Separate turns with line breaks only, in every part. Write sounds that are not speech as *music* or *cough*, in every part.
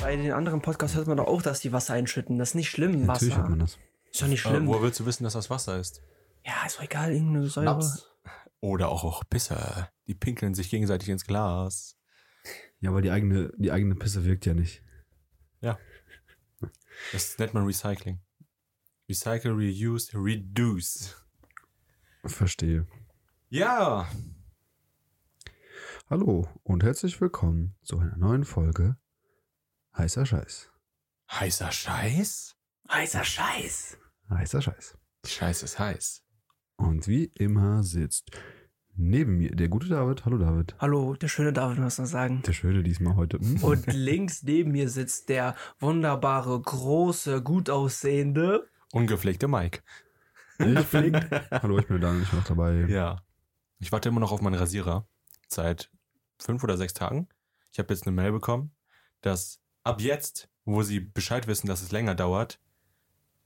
Bei den anderen Podcasts hört man doch auch, dass die Wasser einschütten. Das ist nicht schlimm,
Natürlich
Wasser.
hat man das.
Ist doch nicht
Äh,
schlimm.
woher willst du wissen, dass das Wasser ist?
ja, ist doch egal, irgendeine Säure.
Oder auch, auch Pisser. Die pinkeln sich gegenseitig ins Glas.
Ja, aber die eigene, die eigene Pisse wirkt ja nicht.
Das nennt man Recycling. Recycle, reuse, reduce.
Verstehe.
Ja,
Hallo und herzlich willkommen zu einer neuen Folge Heißer Scheiß.
heißer Scheiß?
Heißer Scheiß.
Heißer Scheiß.
Scheiß ist heiß.
Und wie immer sitzt neben mir der gute David. Hallo David.
Hallo, der schöne David, muss man
*laughs*
sagen.
Der Schöne diesmal
*laughs*
heute. Hm.
Und links neben mir sitzt der wunderbare, große, gut aussehende. *laughs*
Ungepflegte Mike.
ich bin, hallo, ich bin der Daniel, ich bin auch dabei.
Ja. Ich warte immer noch auf meinen Rasierer. Seit fünf oder sechs Tagen. Ich habe jetzt eine Mail bekommen, dass ab jetzt, wo sie Bescheid wissen, dass es länger dauert,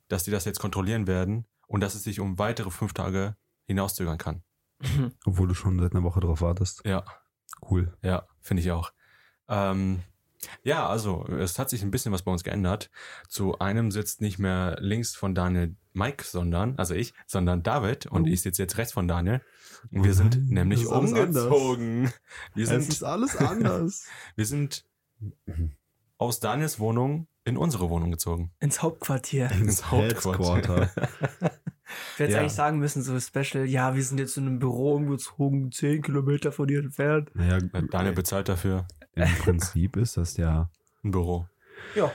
dass sie das jetzt kontrollieren werden und dass es sich um weitere fünf Tage hinauszögern kann.
Obwohl du schon seit einer Woche drauf wartest.
Ja.
Cool.
Ja, finde ich auch. Ähm, ja, also es hat sich ein bisschen was bei uns geändert. Zu einem sitzt nicht mehr links von Daniel Mike, sondern, also ich, sondern David und
Oh.
ich sitze jetzt rechts von Daniel.
Oh
Und wir sind
nein,
nämlich
das ist alles
umgezogen. Wir sind,
alles anders.
wir sind aus Daniels Wohnung in unsere Wohnung gezogen.
Ins Hauptquartier.
Ins Hauptquarter.
Ich hätte
Ja.
eigentlich sagen müssen, so special, ja, wir sind jetzt in einem Büro umgezogen, 10 Kilometer von hier entfernt.
Naja,
Daniel bezahlt dafür
im Prinzip ist das ja.
ein Büro.
Ja.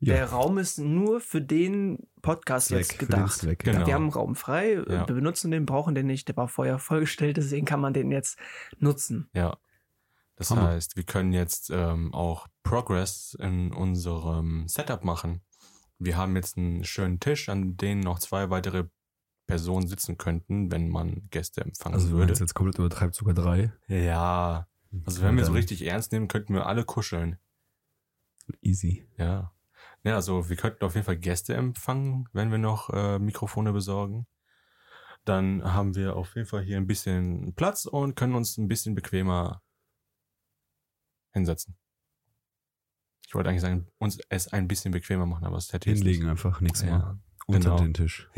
ja,
Der Raum ist nur für den Podcast
Zweck,
jetzt
für den
gedacht.
Zweck.
Genau.
Wir haben Raum frei, äh,
Ja.
wir benutzen den, brauchen den nicht. Der war vorher vollgestellt, deswegen kann man den jetzt nutzen.
Ja. Das
Hammer.
heißt, wir können jetzt ähm, auch Progress in unserem Setup machen. Wir haben jetzt einen schönen Tisch, an den noch zwei weitere Personen sitzen könnten, wenn man Gäste empfangen
Also, wenn man
würde.
es jetzt komplett übertreibt, sogar drei.
Ja. Also wenn wir so richtig ernst nehmen, könnten wir alle kuscheln.
Easy.
Ja. Ja, also wir könnten auf jeden Fall Gäste empfangen, wenn wir noch äh, Mikrofone besorgen. Dann haben wir auf jeden Fall hier ein bisschen Platz und können uns ein bisschen bequemer hinsetzen. Ich wollte eigentlich sagen, uns es ein bisschen bequemer machen, aber es hätte jetzt
Hinlegen einfach, nichts
Nicht.
mehr.
Ja.
Unter
genau.
den Tisch.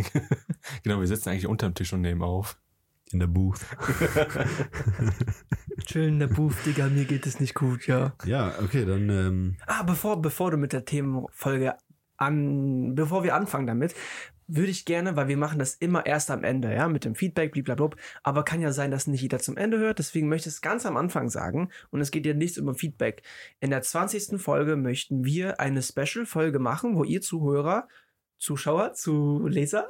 Genau, wir sitzen eigentlich unterm Tisch und nehmen auf. *laughs*
In der Booth.
Chillen, der Buff, Digga, mir geht es nicht gut, ja.
ja, okay, dann. Ähm,
Ah, bevor, bevor du mit der Themenfolge an, bevor wir anfangen damit, würde ich gerne, weil wir machen das immer erst am Ende, ja, mit dem Feedback, blablabla, aber kann ja sein, dass nicht jeder zum Ende hört, deswegen möchte ich es ganz am Anfang sagen und es geht ja nichts über Feedback. In der 20. Folge möchten wir eine Special-Folge machen, wo ihr Zuhörer, Zuschauer, zu *laughs* Leser,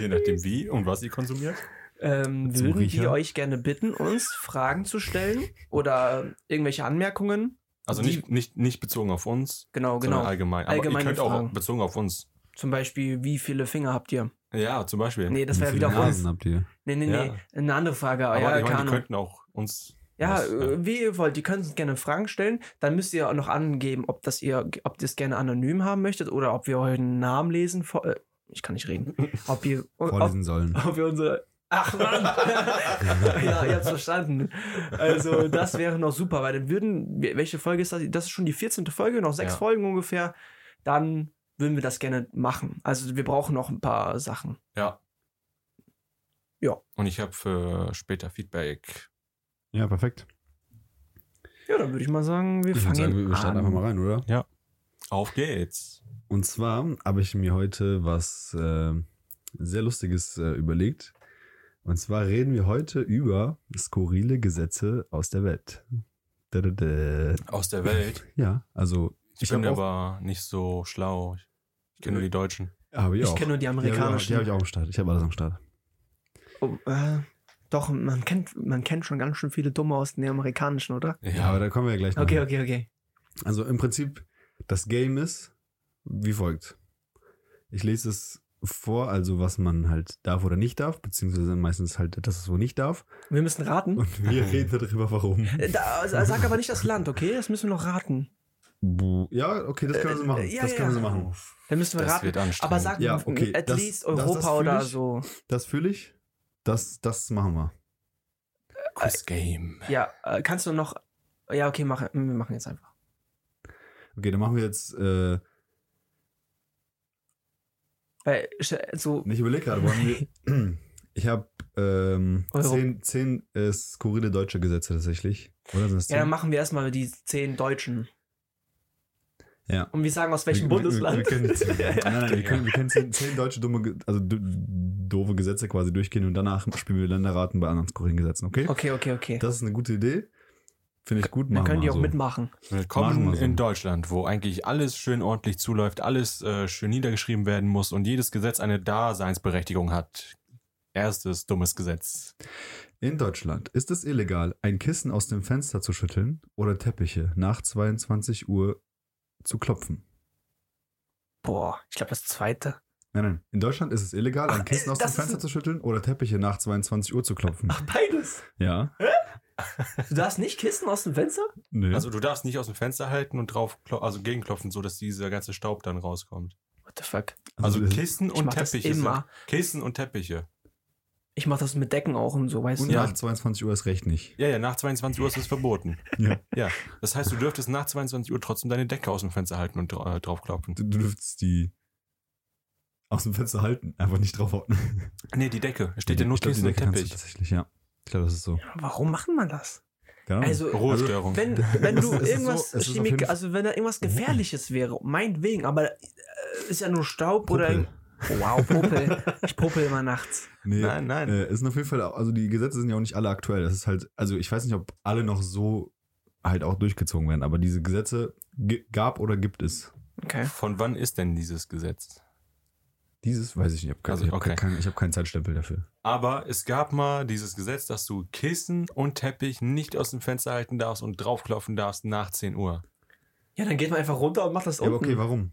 Je nachdem wie und was ihr konsumiert.
ähm,
Zum
würden wir
Riecher.
euch gerne bitten, uns Fragen zu stellen oder irgendwelche Anmerkungen.
Also
Die-
nicht, nicht, nicht bezogen auf uns,
Genau,
sondern
genau.
allgemein. Aber
Allgemeine
ihr könnt auch
Fragen.
bezogen auf uns.
Zum Beispiel, wie viele Finger habt ihr?
Ja, zum Beispiel.
Nee, das
wie
wäre
viele
wieder
Nasen
Rolf.
habt ihr?
Nee, nee, nee.
Ja.
Eine andere Frage.
Aber
ja, keine
ich meine, die
Ahnung.
könnten auch uns.
Ja,
was,
äh, wie ihr wollt. Ihr könnt uns gerne Fragen stellen. Dann müsst ihr auch noch angeben, ob das ihr, ob ihr es gerne anonym haben möchtet oder ob wir euren Namen lesen. Vor, äh, ich kann nicht reden. Ob ihr, ob,
Vorlesen sollen.
ob wir unsere. Ach Mann! *laughs* ja, ihr habt's verstanden. Also, das wäre noch super, weil dann würden. wir- Welche Folge ist das? Das ist schon die 14. Folge, noch sechs
Ja.
Folgen ungefähr. Dann würden wir das gerne machen. Also, wir brauchen noch ein paar Sachen.
Ja.
Ja.
Und ich habe für später Feedback.
Ja, perfekt.
Ja, dann würde ich mal sagen, wir
Ich würde
fangen
sagen, wir- wir starten
an.
einfach mal rein, oder?
Auf geht's.
Und zwar habe ich mir heute was äh, sehr Lustiges äh, überlegt. Und zwar reden wir heute über skurrile Gesetze aus der Welt. Da, da, da.
Aus der Welt.
Ja, also
Ich,
Ich
bin
hab auch-
aber nicht so schlau. Ich, ich kenne nur die Deutschen.
habe ich,
Ich
auch.
kenne nur die
Die habe ich, auch- die
amerikanischen.
hab ich auch am Start. Ich habe alles am Start.
oh, äh, doch, man kennt, man kennt schon ganz schön viele Dumme aus den amerikanischen, oder?
Ja, aber da kommen wir ja gleich noch.
Okay,
hin.
okay, okay.
Also im Prinzip, das Game ist wie folgt. Ich lese es vor, also was man halt darf oder nicht darf, beziehungsweise meistens halt das, was man nicht darf.
Wir müssen raten. *laughs*
Und wir reden darüber, warum.
Äh, Da, sag aber nicht das Land, okay? Das müssen wir noch raten.
Bu- Ja, okay, das können wir so machen.
Äh, ja,
das
ja,
können wir so
ja.
machen.
Dann müssen wir
das
raten.
wird anstrengend.
Aber sag
Ja, okay,
at
das-
least
das- das
Europa
fühl
oder
ich.
so.
Das fühle ich. Das, das machen wir.
Quiz Game.
äh, Ja, äh, kannst du noch. Ja, okay, mach, wir machen jetzt einfach.
Okay, dann machen wir jetzt. Äh,
Weil, äh, so,
ich überlege gerade, wollen wir. *clears throat* Ich habe ähm,
Euro.
zehn, zehn äh, skurrile deutsche Gesetze tatsächlich. Oder sind es
ja, dann
zehn?
machen wir erstmal die zehn Deutschen.
Ja.
Und wir sagen, aus
Wir-
welchem
wir-
Bundesland.
Wir, wir
*laughs*
können, zehn,
Ja, ja.
nein, nein, wir können, wir können zehn, zehn deutsche dumme, Ge- also du- doofe Gesetze quasi durchgehen und danach spielen wir Länderraten bei anderen skurrilen Gesetzen, okay?
Okay, okay, okay.
Das ist eine gute Idee. Finde ich gut.
Dann
machen
können
wir
die auch
so.
mitmachen.
Willkommen
Machen wir so.
in Deutschland, wo eigentlich alles schön ordentlich zuläuft, alles äh, schön niedergeschrieben werden muss und jedes Gesetz eine Daseinsberechtigung hat. Erstes dummes Gesetz.
In Deutschland ist es illegal, ein Kissen aus dem Fenster zu schütteln oder Teppiche nach 22 Uhr zu klopfen.
Boah, ich glaube, das zweite.
Nein, nein. In Deutschland ist es illegal,
Ach,
ein Kissen
äh,
aus dem
das ist
Fenster
ein-
zu schütteln oder Teppiche nach 22 Uhr zu klopfen.
Ach, beides.
Ja.
Du darfst nicht Kissen aus dem Fenster?
Nö.
Also du darfst nicht aus dem Fenster halten und drauf, klo- also gegenklopfen, so dass dieser ganze Staub dann rauskommt.
What the fuck?
Also
das-
Kissen
Ich
und
mach das
Teppiche. sind-
immer.
Kissen und Teppiche.
Ich mach das mit Decken auch und so, weißt
und
du?
nach 22 Uhr ist recht nicht.
Ja, ja, nach 22 Uhr ist es verboten.
Ja.
Ja. Das heißt, du dürftest nach 22 Uhr trotzdem deine Decke aus dem Fenster halten und äh, draufklopfen.
Du, du dürftest die aus dem Fenster halten, einfach nicht draufhauen.
Nee, die Decke. Es Steht ja
Ich
nur
glaub, die
Kissen und
Decke kannst du
Teppich.
Tatsächlich, ja. Ich glaube, das ist so.
Warum macht man das?
Keine Ahnung.
Also,
Ruhestörung.
wenn,
*laughs*
wenn du
Es ist so-
irgendwas,
es ist auf
Chemik-
jeden Mhm. Fall-
also wenn da irgendwas Gefährliches wäre, meinetwegen, aber äh, ist ja nur Staub
Popel.
oder. Wow, Popel.
*laughs*
ich popel immer nachts.
nee,
nein, nein.
Äh, es sind auf jeden Fall, auch- also die Gesetze sind ja auch nicht alle aktuell. Das ist halt, also ich weiß nicht, ob alle noch so halt auch durchgezogen werden, aber diese Gesetze ge- gab oder gibt es.
Okay.
Äh, Von wann ist denn dieses Gesetz?
Dieses weiß ich nicht. Ich habe kein,
Also,
ich hab
okay.
kein, ich hab keinen Zeitstempel dafür.
Aber es gab mal dieses Gesetz, dass du Kissen und Teppich nicht aus dem Fenster halten darfst und draufklopfen darfst nach 10 Uhr.
Ja, dann geht man einfach runter und macht das
Ja, aber
unten.
okay, warum?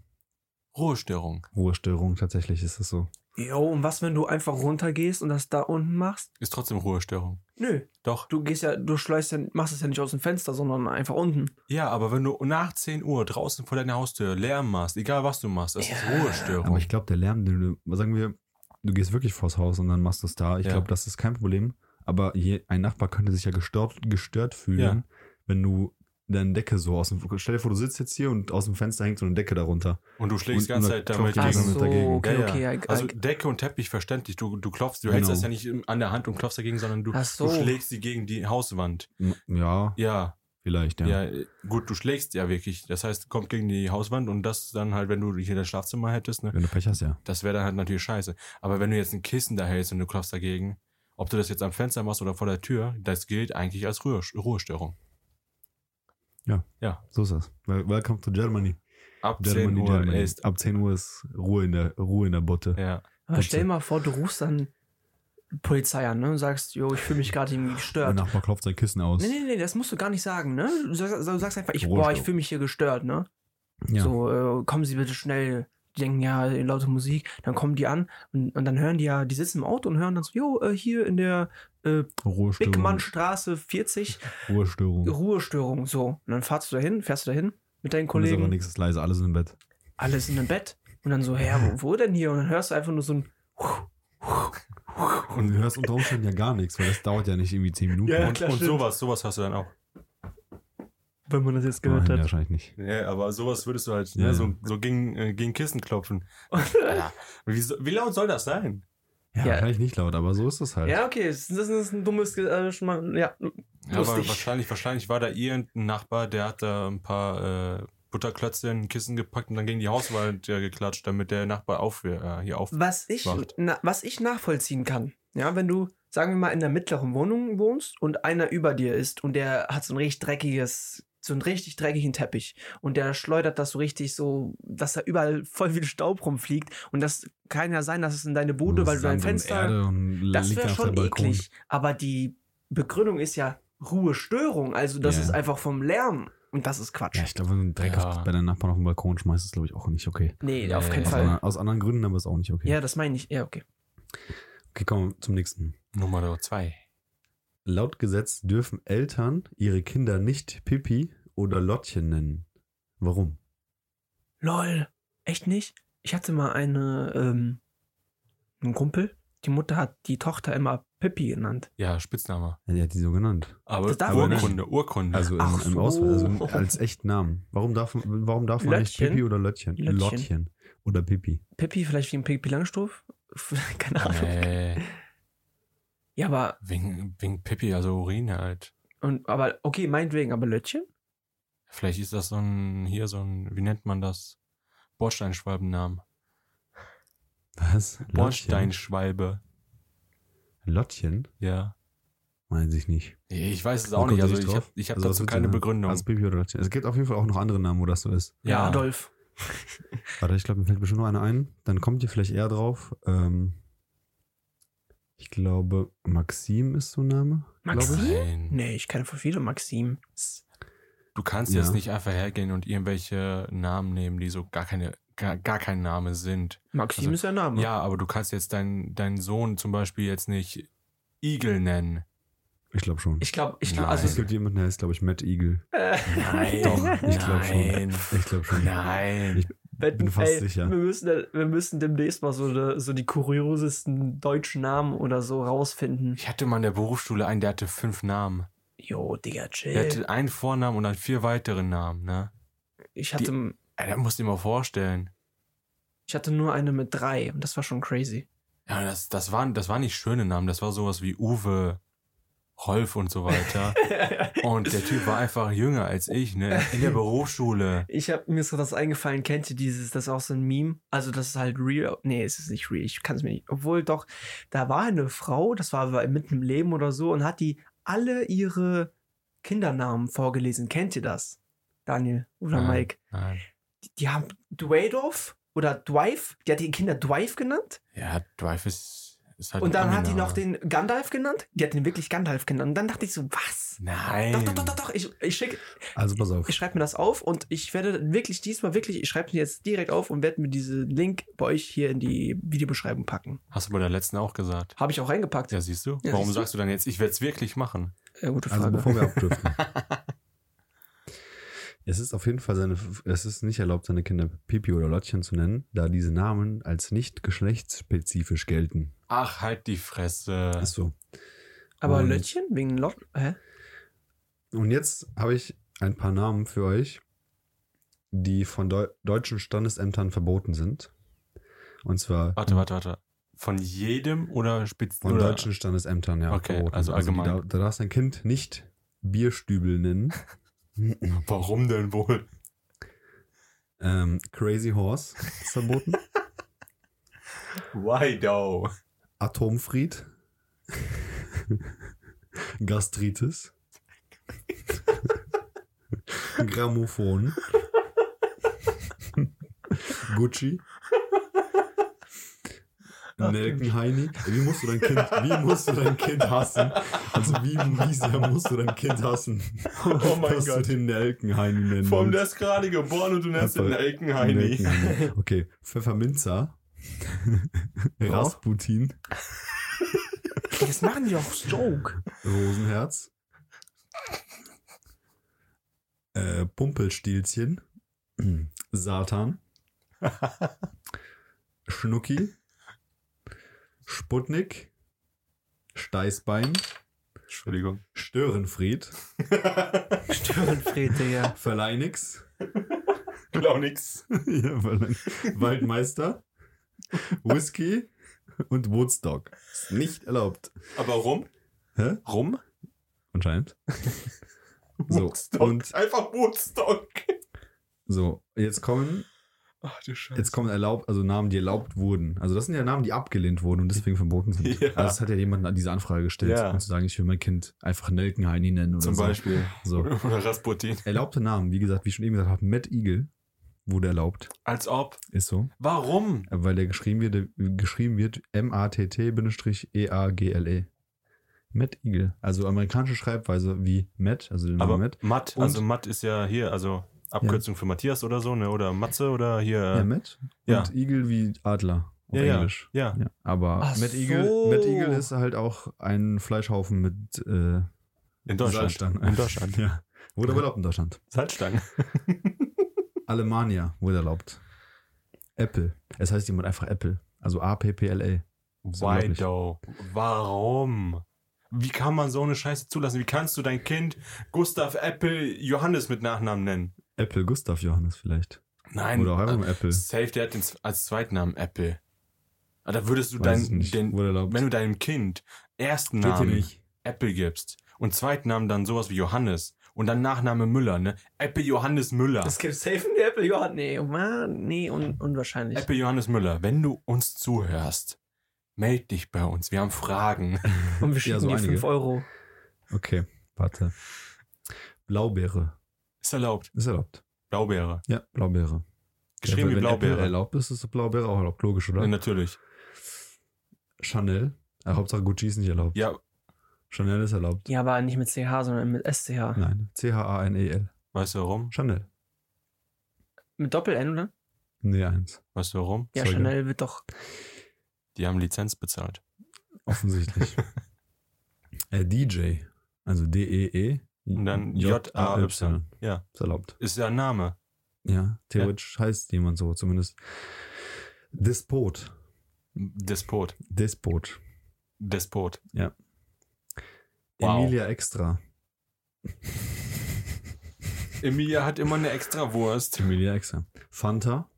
Ruhestörung.
Ruhestörung, tatsächlich ist das so.
Jo, und was, wenn du einfach runtergehst und das da unten machst?
Ist trotzdem Ruhestörung.
Nö,
Doch.
du gehst ja, du schleust ja, machst es ja nicht aus dem Fenster, sondern einfach unten.
Ja, aber wenn du nach 10 Uhr draußen vor deiner Haustür Lärm machst, egal was du machst, das ist
Ja.
Aber
Ruhestörung.
ich glaube, der Lärm, den du, sagen wir, du gehst wirklich vors Haus und dann machst du es da. Ich
Ja.
glaube, das ist kein Problem. Aber je, ein Nachbar könnte sich ja gestört, gestört fühlen,
Ja.
wenn du deine Decke so aus dem. Stell dir vor, du sitzt jetzt hier und aus dem Fenster hängt so eine Decke darunter.
Und du schlägst die
Und-
ganze
und
Zeit
da
damit
klopft
Ach
Gegen
gegen.
und
so,
dagegen.
okay,
Ja, ja.
okay. ja,
Also
ja.
Decke und Teppich, verständlich. Du, du klopfst, du
Genau.
hältst das ja nicht im- an der Hand und klopfst dagegen, sondern du,
Ach so.
du schlägst sie gegen die Hauswand.
M- Ja,
Ja,
vielleicht, ja.
ja, äh, gut, du schlägst ja wirklich. Das heißt, kommt gegen die Hauswand und das dann halt, wenn du hier das Schlafzimmer hättest, ne?
Wenn du Pech hast, ja.
Das wäre dann halt natürlich scheiße. Aber wenn du jetzt ein Kissen da hältst und du klopfst dagegen, ob du das jetzt am Fenster machst oder vor der Tür, das gilt eigentlich als Ruhe, Ruhestörung.
So ist das. Wel- Welcome to Germany.
Ab 10
Germany,
Uhr
Germany.
ist.
Ab 10 Uhr ist Ruhe in der, Ruhe in der Botte.
Ja.
Aber stell dir mal vor, du rufst dann Polizei an ne, und sagst, jo, ich fühle mich gerade irgendwie
Der
gestört.
Nachbar klopft sein Kissen aus.
Nee, nee, nee, das musst du gar nicht sagen, ne? Du sagst, du sagst einfach, ich,
Ruhestörung.
boah, ich fühle mich hier gestört, ne?
Ja.
So, äh, kommen Sie bitte schnell. Die denken, ja, laute Musik. Dann kommen die an und, und dann hören die ja, die sitzen im Auto und hören dann so, jo, äh, hier in der
Ruhestörung.
Bickmannstraße 40,
Ruhestörung.
Ruhestörung, so. Und dann fahrst du dahin, fährst du dahin mit deinen
Und ist aber
Kollegen,
nichts, ist leise, alles im Bett.
alles in dem Bett. Und dann so, hä, wo, wo denn hier? Und dann hörst du einfach nur so ein, *laughs*
Und du hörst unter Umständen ja gar nichts, weil das dauert ja nicht irgendwie 10 Minuten.
Ja,
und
klar,
und
stimmt.
sowas, sowas hast du dann auch.
wenn man das jetzt
Nein,
gehört hat.
wahrscheinlich nicht.
Ja, aber sowas würdest du halt,
Ja, ja.
ne, so, so gegen, äh, gegen Kissen klopfen. ja. wie, so- wie laut soll das sein?
Ja,
Ja.
wahrscheinlich nicht laut, aber so ist es halt.
Ja, okay, das ist, das ist ein dummes, Ge- äh, schon mal, ja.
Ja, aber
Lustig.
wahrscheinlich, wahrscheinlich war da irgendein Nachbar, der hat da ein paar äh, Butterklötze in ein Kissen gepackt und dann gegen die Hauswand äh, geklatscht, damit der Nachbar auf, äh, hier auf.
Was ich,
Macht.
na, was ich nachvollziehen kann, ja, wenn du, sagen wir mal, in der mittleren Wohnung wohnst und einer über dir ist und der hat so ein richtig dreckiges, so einen richtig dreckigen Teppich und der schleudert das so richtig so, dass da überall voll viel Staub rumfliegt und das kann ja sein, dass es in deine Bude,
Das
weil
ist
du dein
dann so eine
Fenster.
Erde und
Das
liegt
wäre
auf
schon
deinem Balkon.
eklig, aber die Begründung ist ja Ruhestörung, also das
Ja.
ist einfach vom Lärm und das ist Quatsch.
Ja, ich glaube, wenn du einen Dreck
Ja.
auf, bei deinen Nachbarn auf dem Balkon schmeißt, ist glaube ich auch nicht okay.
Nee, auf
Nee,
keinen
Aus,
Fall.
anderen, aus anderen Gründen, aber ist auch nicht okay.
Ja, das meine ich. Ja, okay.
Okay, komm zum nächsten.
Nummer zwei.
Laut Gesetz dürfen Eltern ihre Kinder nicht Pipi oder Lottchen nennen. Warum?
Lol, echt nicht? Ich hatte mal eine, ähm, einen Kumpel, die Mutter hat die Tochter immer Pippi genannt.
Ja, Spitzname.
Ja, die hat die so genannt.
Aber
Das darf
man nicht.
Urkunde, Urkunde.
Also im,
Ach
im
so.
Auswahl, also als echten Namen. Warum darf, warum darf man nicht
Lötchen?
Pippi oder Lötchen?
Lötchen.
Lottchen oder Pippi.
Pippi vielleicht wegen Pippi Langstrumpf? *laughs* Keine Ahnung.
nee,
Ja, aber,
wegen, wegen Pippi, also Urin halt.
und, aber okay, meinetwegen, aber Lötchen?
Vielleicht ist das so ein, hier so ein, wie nennt man das? Bordsteinschwalbennamen.
Was? Lottchen?
Bordsteinschwalbe,
Lottchen?
ja.
Weiß ich nicht.
Ich weiß es
Wo
auch
kommt
nicht,
ihr
also
nicht
ich
drauf?
habe ich hab
Also was
dazu
willst du
keine
denn?
Begründung.
Also Pippi oder Lottchen. Es gibt auf jeden Fall auch noch andere Namen, wo das so ist.
Ja,
Ja.
Adolf.
Warte, ich glaube, mir fällt bestimmt noch einer ein. Dann kommt ihr vielleicht eher drauf. Ähm, ich glaube, Maxim ist so ein Name. glaub ich.
Maxim?
Nein.
Nee, ich kenne voll viele Maxim.
Du kannst
Ja.
jetzt nicht einfach hergehen und irgendwelche Namen nehmen, die so gar keine, gar, gar kein Name sind.
Maxim
Also,
ist der Name.
Ja, aber du kannst jetzt deinen deinen Sohn zum Beispiel jetzt nicht Igel nennen.
Ich glaube schon.
Ich glaube, ich glaube,
Nein.
also
es gibt jemanden, der heißt, glaube ich, Matt Eagle.
*laughs* Äh,
Nein,
Doch, ich glaube schon.
nein,
Ich glaube schon.
nein.
Ich-
wenn,
bin fast sicher.
Wir müssen, wir müssen demnächst mal so, eine- so die kuriosesten deutschen Namen oder so rausfinden.
Ich hatte mal in der Berufsschule einen, der hatte fünf Namen.
Jo, Digga, chill.
Der hatte einen Vornamen und dann vier weitere Namen, ne?
ich, hatte,
Ey, das musst du dir mal vorstellen.
ich hatte nur eine mit drei und das war schon crazy.
Ja, das, das, waren, das waren nicht schöne Namen, das war sowas wie Uwe, Rolf und so
*laughs*
weiter. und der Typ war einfach jünger als ich, ne? In der Berufsschule.
*laughs* Ich hab, mir ist so das eingefallen, kennt ihr dieses, das ist auch so ein Meme? Also das ist halt real, nee, es ist nicht real, ich kann es mir nicht, obwohl doch, da war eine Frau, das war aber mitten im Leben oder so und hat die alle ihre Kindernamen vorgelesen. Kennt ihr das, Daniel oder
Nein.
Mike?
Nein.
Die, die haben Dwaydorf oder Dwife, die hat die Kinder Dwife genannt
Ja, Drive ist, ist halt
und
ein
dann hat die
Ami-Name.
noch den Gandalf genannt, die hat den wirklich Gandalf genannt und dann dachte ich so, was?
Nein.
Doch, doch, doch, doch, doch, ich, ich schicke
Also pass auf.
ich schreibe mir das auf und ich werde wirklich diesmal wirklich, ich schreibe es mir jetzt direkt auf und werde mir diesen Link bei euch hier in die Videobeschreibung packen.
Hast du bei der letzten auch gesagt.
Habe ich auch reingepackt.
Ja, siehst du?
Ja,
Warum
siehst du.
sagst du dann jetzt, ich werde es wirklich machen?
Äh, gute
Also
Frage.
bevor wir abdriften.
*laughs*
es ist auf jeden Fall seine, es ist nicht erlaubt, seine Kinder Pipi oder Lottchen zu nennen, da diese Namen als nicht geschlechtsspezifisch gelten.
Ach, halt die Fresse.
Ach so.
Aber
Und-
Lötchen wegen Lot. Hä?
Und jetzt habe ich ein paar Namen für euch, die von Deu deutschen Standesämtern verboten sind. Und zwar
Warte, warte, warte. Von jedem oder spitz
von
oder
deutschen Standesämtern, ja.
Okay,
verboten.
also
die
allgemein.
Da, da darfst dein Kind nicht Bierstübel
*laughs*
nennen,
Warum denn wohl?
ähm, Crazy Horse ist verboten,
Why though? *laughs*
Atomfried,
*laughs*
Gastritis, Grammophon, Gucci.
Ach,
Nelkenheini. Wie musst du dein Kind, wie musst du dein Kind hassen? Also wie, wie sehr musst du dein Kind hassen?
Oh mein
dass
Gott.
du den Nelkenheini nennen
Vom der
willst?
ist gerade geboren und du nennst
Einfach
den Elkenheini.
Nelkenheini. Okay,
*laughs*
Pfefferminzer. Rasputin.
Das machen die auch Joke.
Rosenherz. Äh, Pumpelstilzchen. Satan. Schnucki. Sputnik. Steißbein.
Entschuldigung.
Störenfried.
Störenfred, Digga.
Verleinix.
Glaub nix.
ja, Verlein- Waldmeister. Whisky. Und Woodstock. Ist nicht erlaubt.
Aber rum?
Hä?
Rum?
Anscheinend. so,
Woodstock.
und
Einfach Woodstock.
so, jetzt kommen
Ach du Scheiße.
Jetzt kommen erlaubt, also Namen, die erlaubt wurden. Also das sind ja Namen, die abgelehnt wurden und deswegen verboten sind.
Ja.
Also das hat ja jemand an diese Anfrage gestellt,
Ja.
um zu sagen, ich will mein Kind einfach Nelkenheini nennen oder
Zum
so.
Beispiel.
So.
*laughs* Oder Rasputin.
Erlaubte Namen, wie gesagt, wie ich schon eben gesagt habe, Matt Eagle wurde erlaubt.
Als ob.
Ist so.
Warum?
Weil der geschrieben wird, geschrieben wird M-A-T-T-E-A-G-L-E. E. Matt Eagle. Also amerikanische Schreibweise wie Matt, also der Name
Aber
Matt.
Matt,
Und-
also Matt ist ja hier, also Abkürzung für Matthias oder so, ne? Oder Matze oder
ja,
hier.
Matt.
Ja.
Und Eagle wie Adler auf
ja,
Englisch.
äh, ja.
Ja, aber
Ach
Mad, Eagle,
so.
Mad Eagle ist halt auch ein Fleischhaufen mit äh,
In Deutschland.
Salzstangen.
In
*laughs*
Deutschland.
ja. Wurde aber erlaubt in Deutschland.
Salzstangen.
Alemannia wurde erlaubt. Apple. Es heißt jemand einfach Apple. Also A-P-P-L-A. Ist
Why
unglaublich.
though? Warum? Wie kann man so eine Scheiße zulassen? Wie kannst du dein Kind Gustav Apple Johannes mit Nachnamen nennen?
Apple Gustav Johannes vielleicht.
Nein.
Oder auch einfach
äh,
nur Apple.
Safe, der hat den, Z- als Zweitnamen Apple. Aber da würdest du
Weiß ich
dein,
nicht.
den,
Wurde erlaubt.
wenn du deinem Kind ersten
Geht hier
Namen
nicht.
Apple gibst und Zweitnamen dann sowas wie Johannes und dann Nachname Müller, ne? Apple Johannes Müller.
Es gibt safe einen Apple, ja, nee, oh Mann, nee, un unwahrscheinlich.
Apple Johannes Müller, wenn du uns zuhörst, meld dich bei uns. Wir haben Fragen. *laughs*
Und wir
Ja,
schicken
so
dir
einige.
5 Euro.
Okay, warte. Blaubeere.
Ist erlaubt.
Ist erlaubt.
Blaubeere.
Ja, Blaubeere.
Geschrieben
ja,
wie
wenn Apple
Blaubeere.
erlaubt ist, ist Blaubeere auch erlaubt. Logisch, oder?
Ja, natürlich.
Chanel. Ah, Hauptsache Gucci ist nicht erlaubt.
Ja,
Chanel ist erlaubt.
Ja, aber nicht mit CH, sondern mit SCH.
Nein. C-H-A-N-E-L.
weißt du warum?
E Chanel.
Mit Doppel-N, oder?
Nee, eins.
Weißt du warum?
Ja,
Zeuge.
Chanel wird doch.
Die haben Lizenz bezahlt.
*laughs* Offensichtlich. äh, DJ. Also D-E-E.
Und dann J-A-Y. Ja,
Ist erlaubt.
ist ja ein Name.
Ja, theoretisch heißt jemand so, zumindest. Despot.
Despot.
Despot.
Despot. Wow.
Emilia Extra.
*laughs* Emilia hat immer eine extra Wurst.
Emilia Extra. Fanta.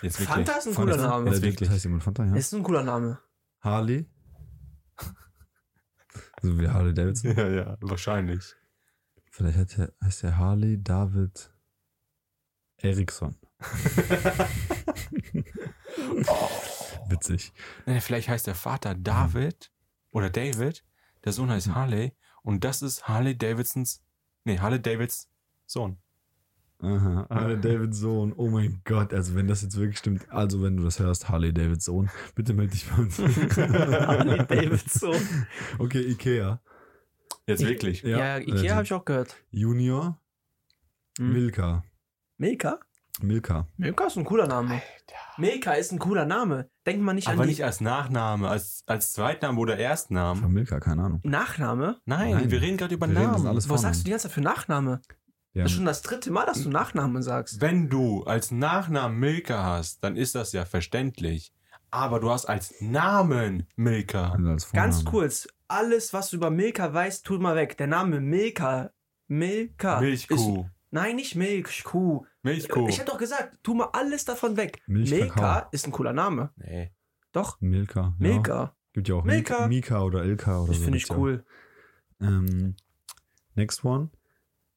Jetzt
*laughs*
Fanta ist ein cooler
Fanta.
Name.
Ja,
Jetzt wirklich.
das heißt jemand Fanta, ja.
Ist ein cooler Name. *laughs*
Harley. so wie Harley Davidson.
Ja, ja, wahrscheinlich.
Vielleicht hat er, heißt er Harley David
*laughs*
Eriksson. *laughs* Witzig.
Nee, vielleicht heißt der Vater
Mhm.
David oder David, der Sohn heißt Harley und das ist Harley Davidsons, nee, Harley Davids Sohn.
Aha. Harley Davidson. Oh mein Gott. Also wenn das jetzt wirklich stimmt. Also wenn du das hörst, Harley Davidson, bitte melde dich bei
*laughs*
uns.
Harley Davidson.
Okay, Ikea. äh,
Jetzt
Ich-
wirklich.
Ja, Ikea habe ich auch gehört.
Junior.
Hm.
Milka.
Milka?
Milka.
Milka ist ein cooler Name. Milka ist ein cooler Name. Denkt man nicht
Aber
an
nicht
die
als Nachname, als, als Zweitname oder
Von
Erstname.
Milka, keine Ahnung.
Nachname?
Nein,
Nein.
wir reden gerade über
Wir reden, das
Namen.
ist alles
Was
Vornamen.
sagst du die ganze Zeit für Nachname?
Ja,
Das ist schon das dritte Mal, dass du Nachnamen sagst.
Wenn du als Nachnamen Milka hast, dann ist das ja verständlich. Aber du hast als Namen Milka.
als Vornamen.
Ganz kurz, alles, was du über Milka weißt, tu mal weg. Der Name Milka. Milka. Ist,
Milchkuh.
nein, nicht Milchkuh.
Milchkuh.
Ich hab doch gesagt, tu mal alles davon weg.
Milch,
Milka
Kakao.
ist ein cooler Name.
Nee.
Doch,
Milka. Ja.
Milka.
Gibt ja auch
Milka.
Milka. Mika oder Ilka oder
Das
so.
finde
gibt's
ich
ja.
cool.
Ähm, next one.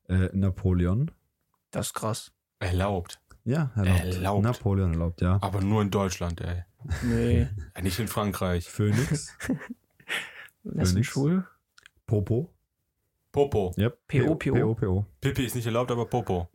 Äh, Napoleon.
Das ist krass.
Erlaubt.
Ja, erlaubt.
Äh, Erlaubt.
Napoleon erlaubt, ja.
Aber nur in Deutschland, ey.
Nee.
Nicht in Frankreich.
Phoenix.
Lass mich
nix.
schwul.
Popo.
Popo.
Yep.
PO.
PO. PO.
Pipi ist nicht erlaubt,
*laughs*
aber Popo.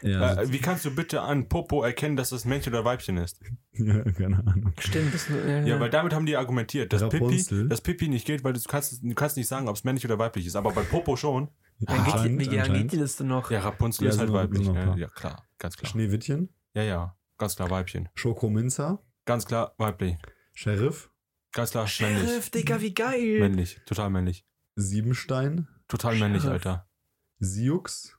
Ja, also,
Äh, wie kannst du bitte an Popo erkennen, dass das Männchen oder Weibchen ist?
*laughs* ja, keine Ahnung.
Stimmt, das ist nur, äh,
Ja, weil damit haben die argumentiert, dass Pipi,
Rapunzel.
dass Pipi nicht geht, weil du kannst, du kannst nicht sagen, ob es männlich oder weiblich ist. Aber bei Popo schon.
dann geht, die-
Anscheinend,
wie lange geht
anscheinend.
die Liste noch?
Ja, Rapunzel
Ja,
ist halt
sind wir-
weiblich.
sind wir
Ja,
klar.
ja, klar. Ganz klar.
Schneewittchen.
Ja, ja. Ganz klar Weibchen.
Schokominzer.
Ganz klar weiblich.
Sheriff.
Ganz klar männlich.
Sheriff, Digga, wie geil.
Männlich. Total männlich.
Siebenstein.
Total männlich,
Sheriff.
Alter.
Siux.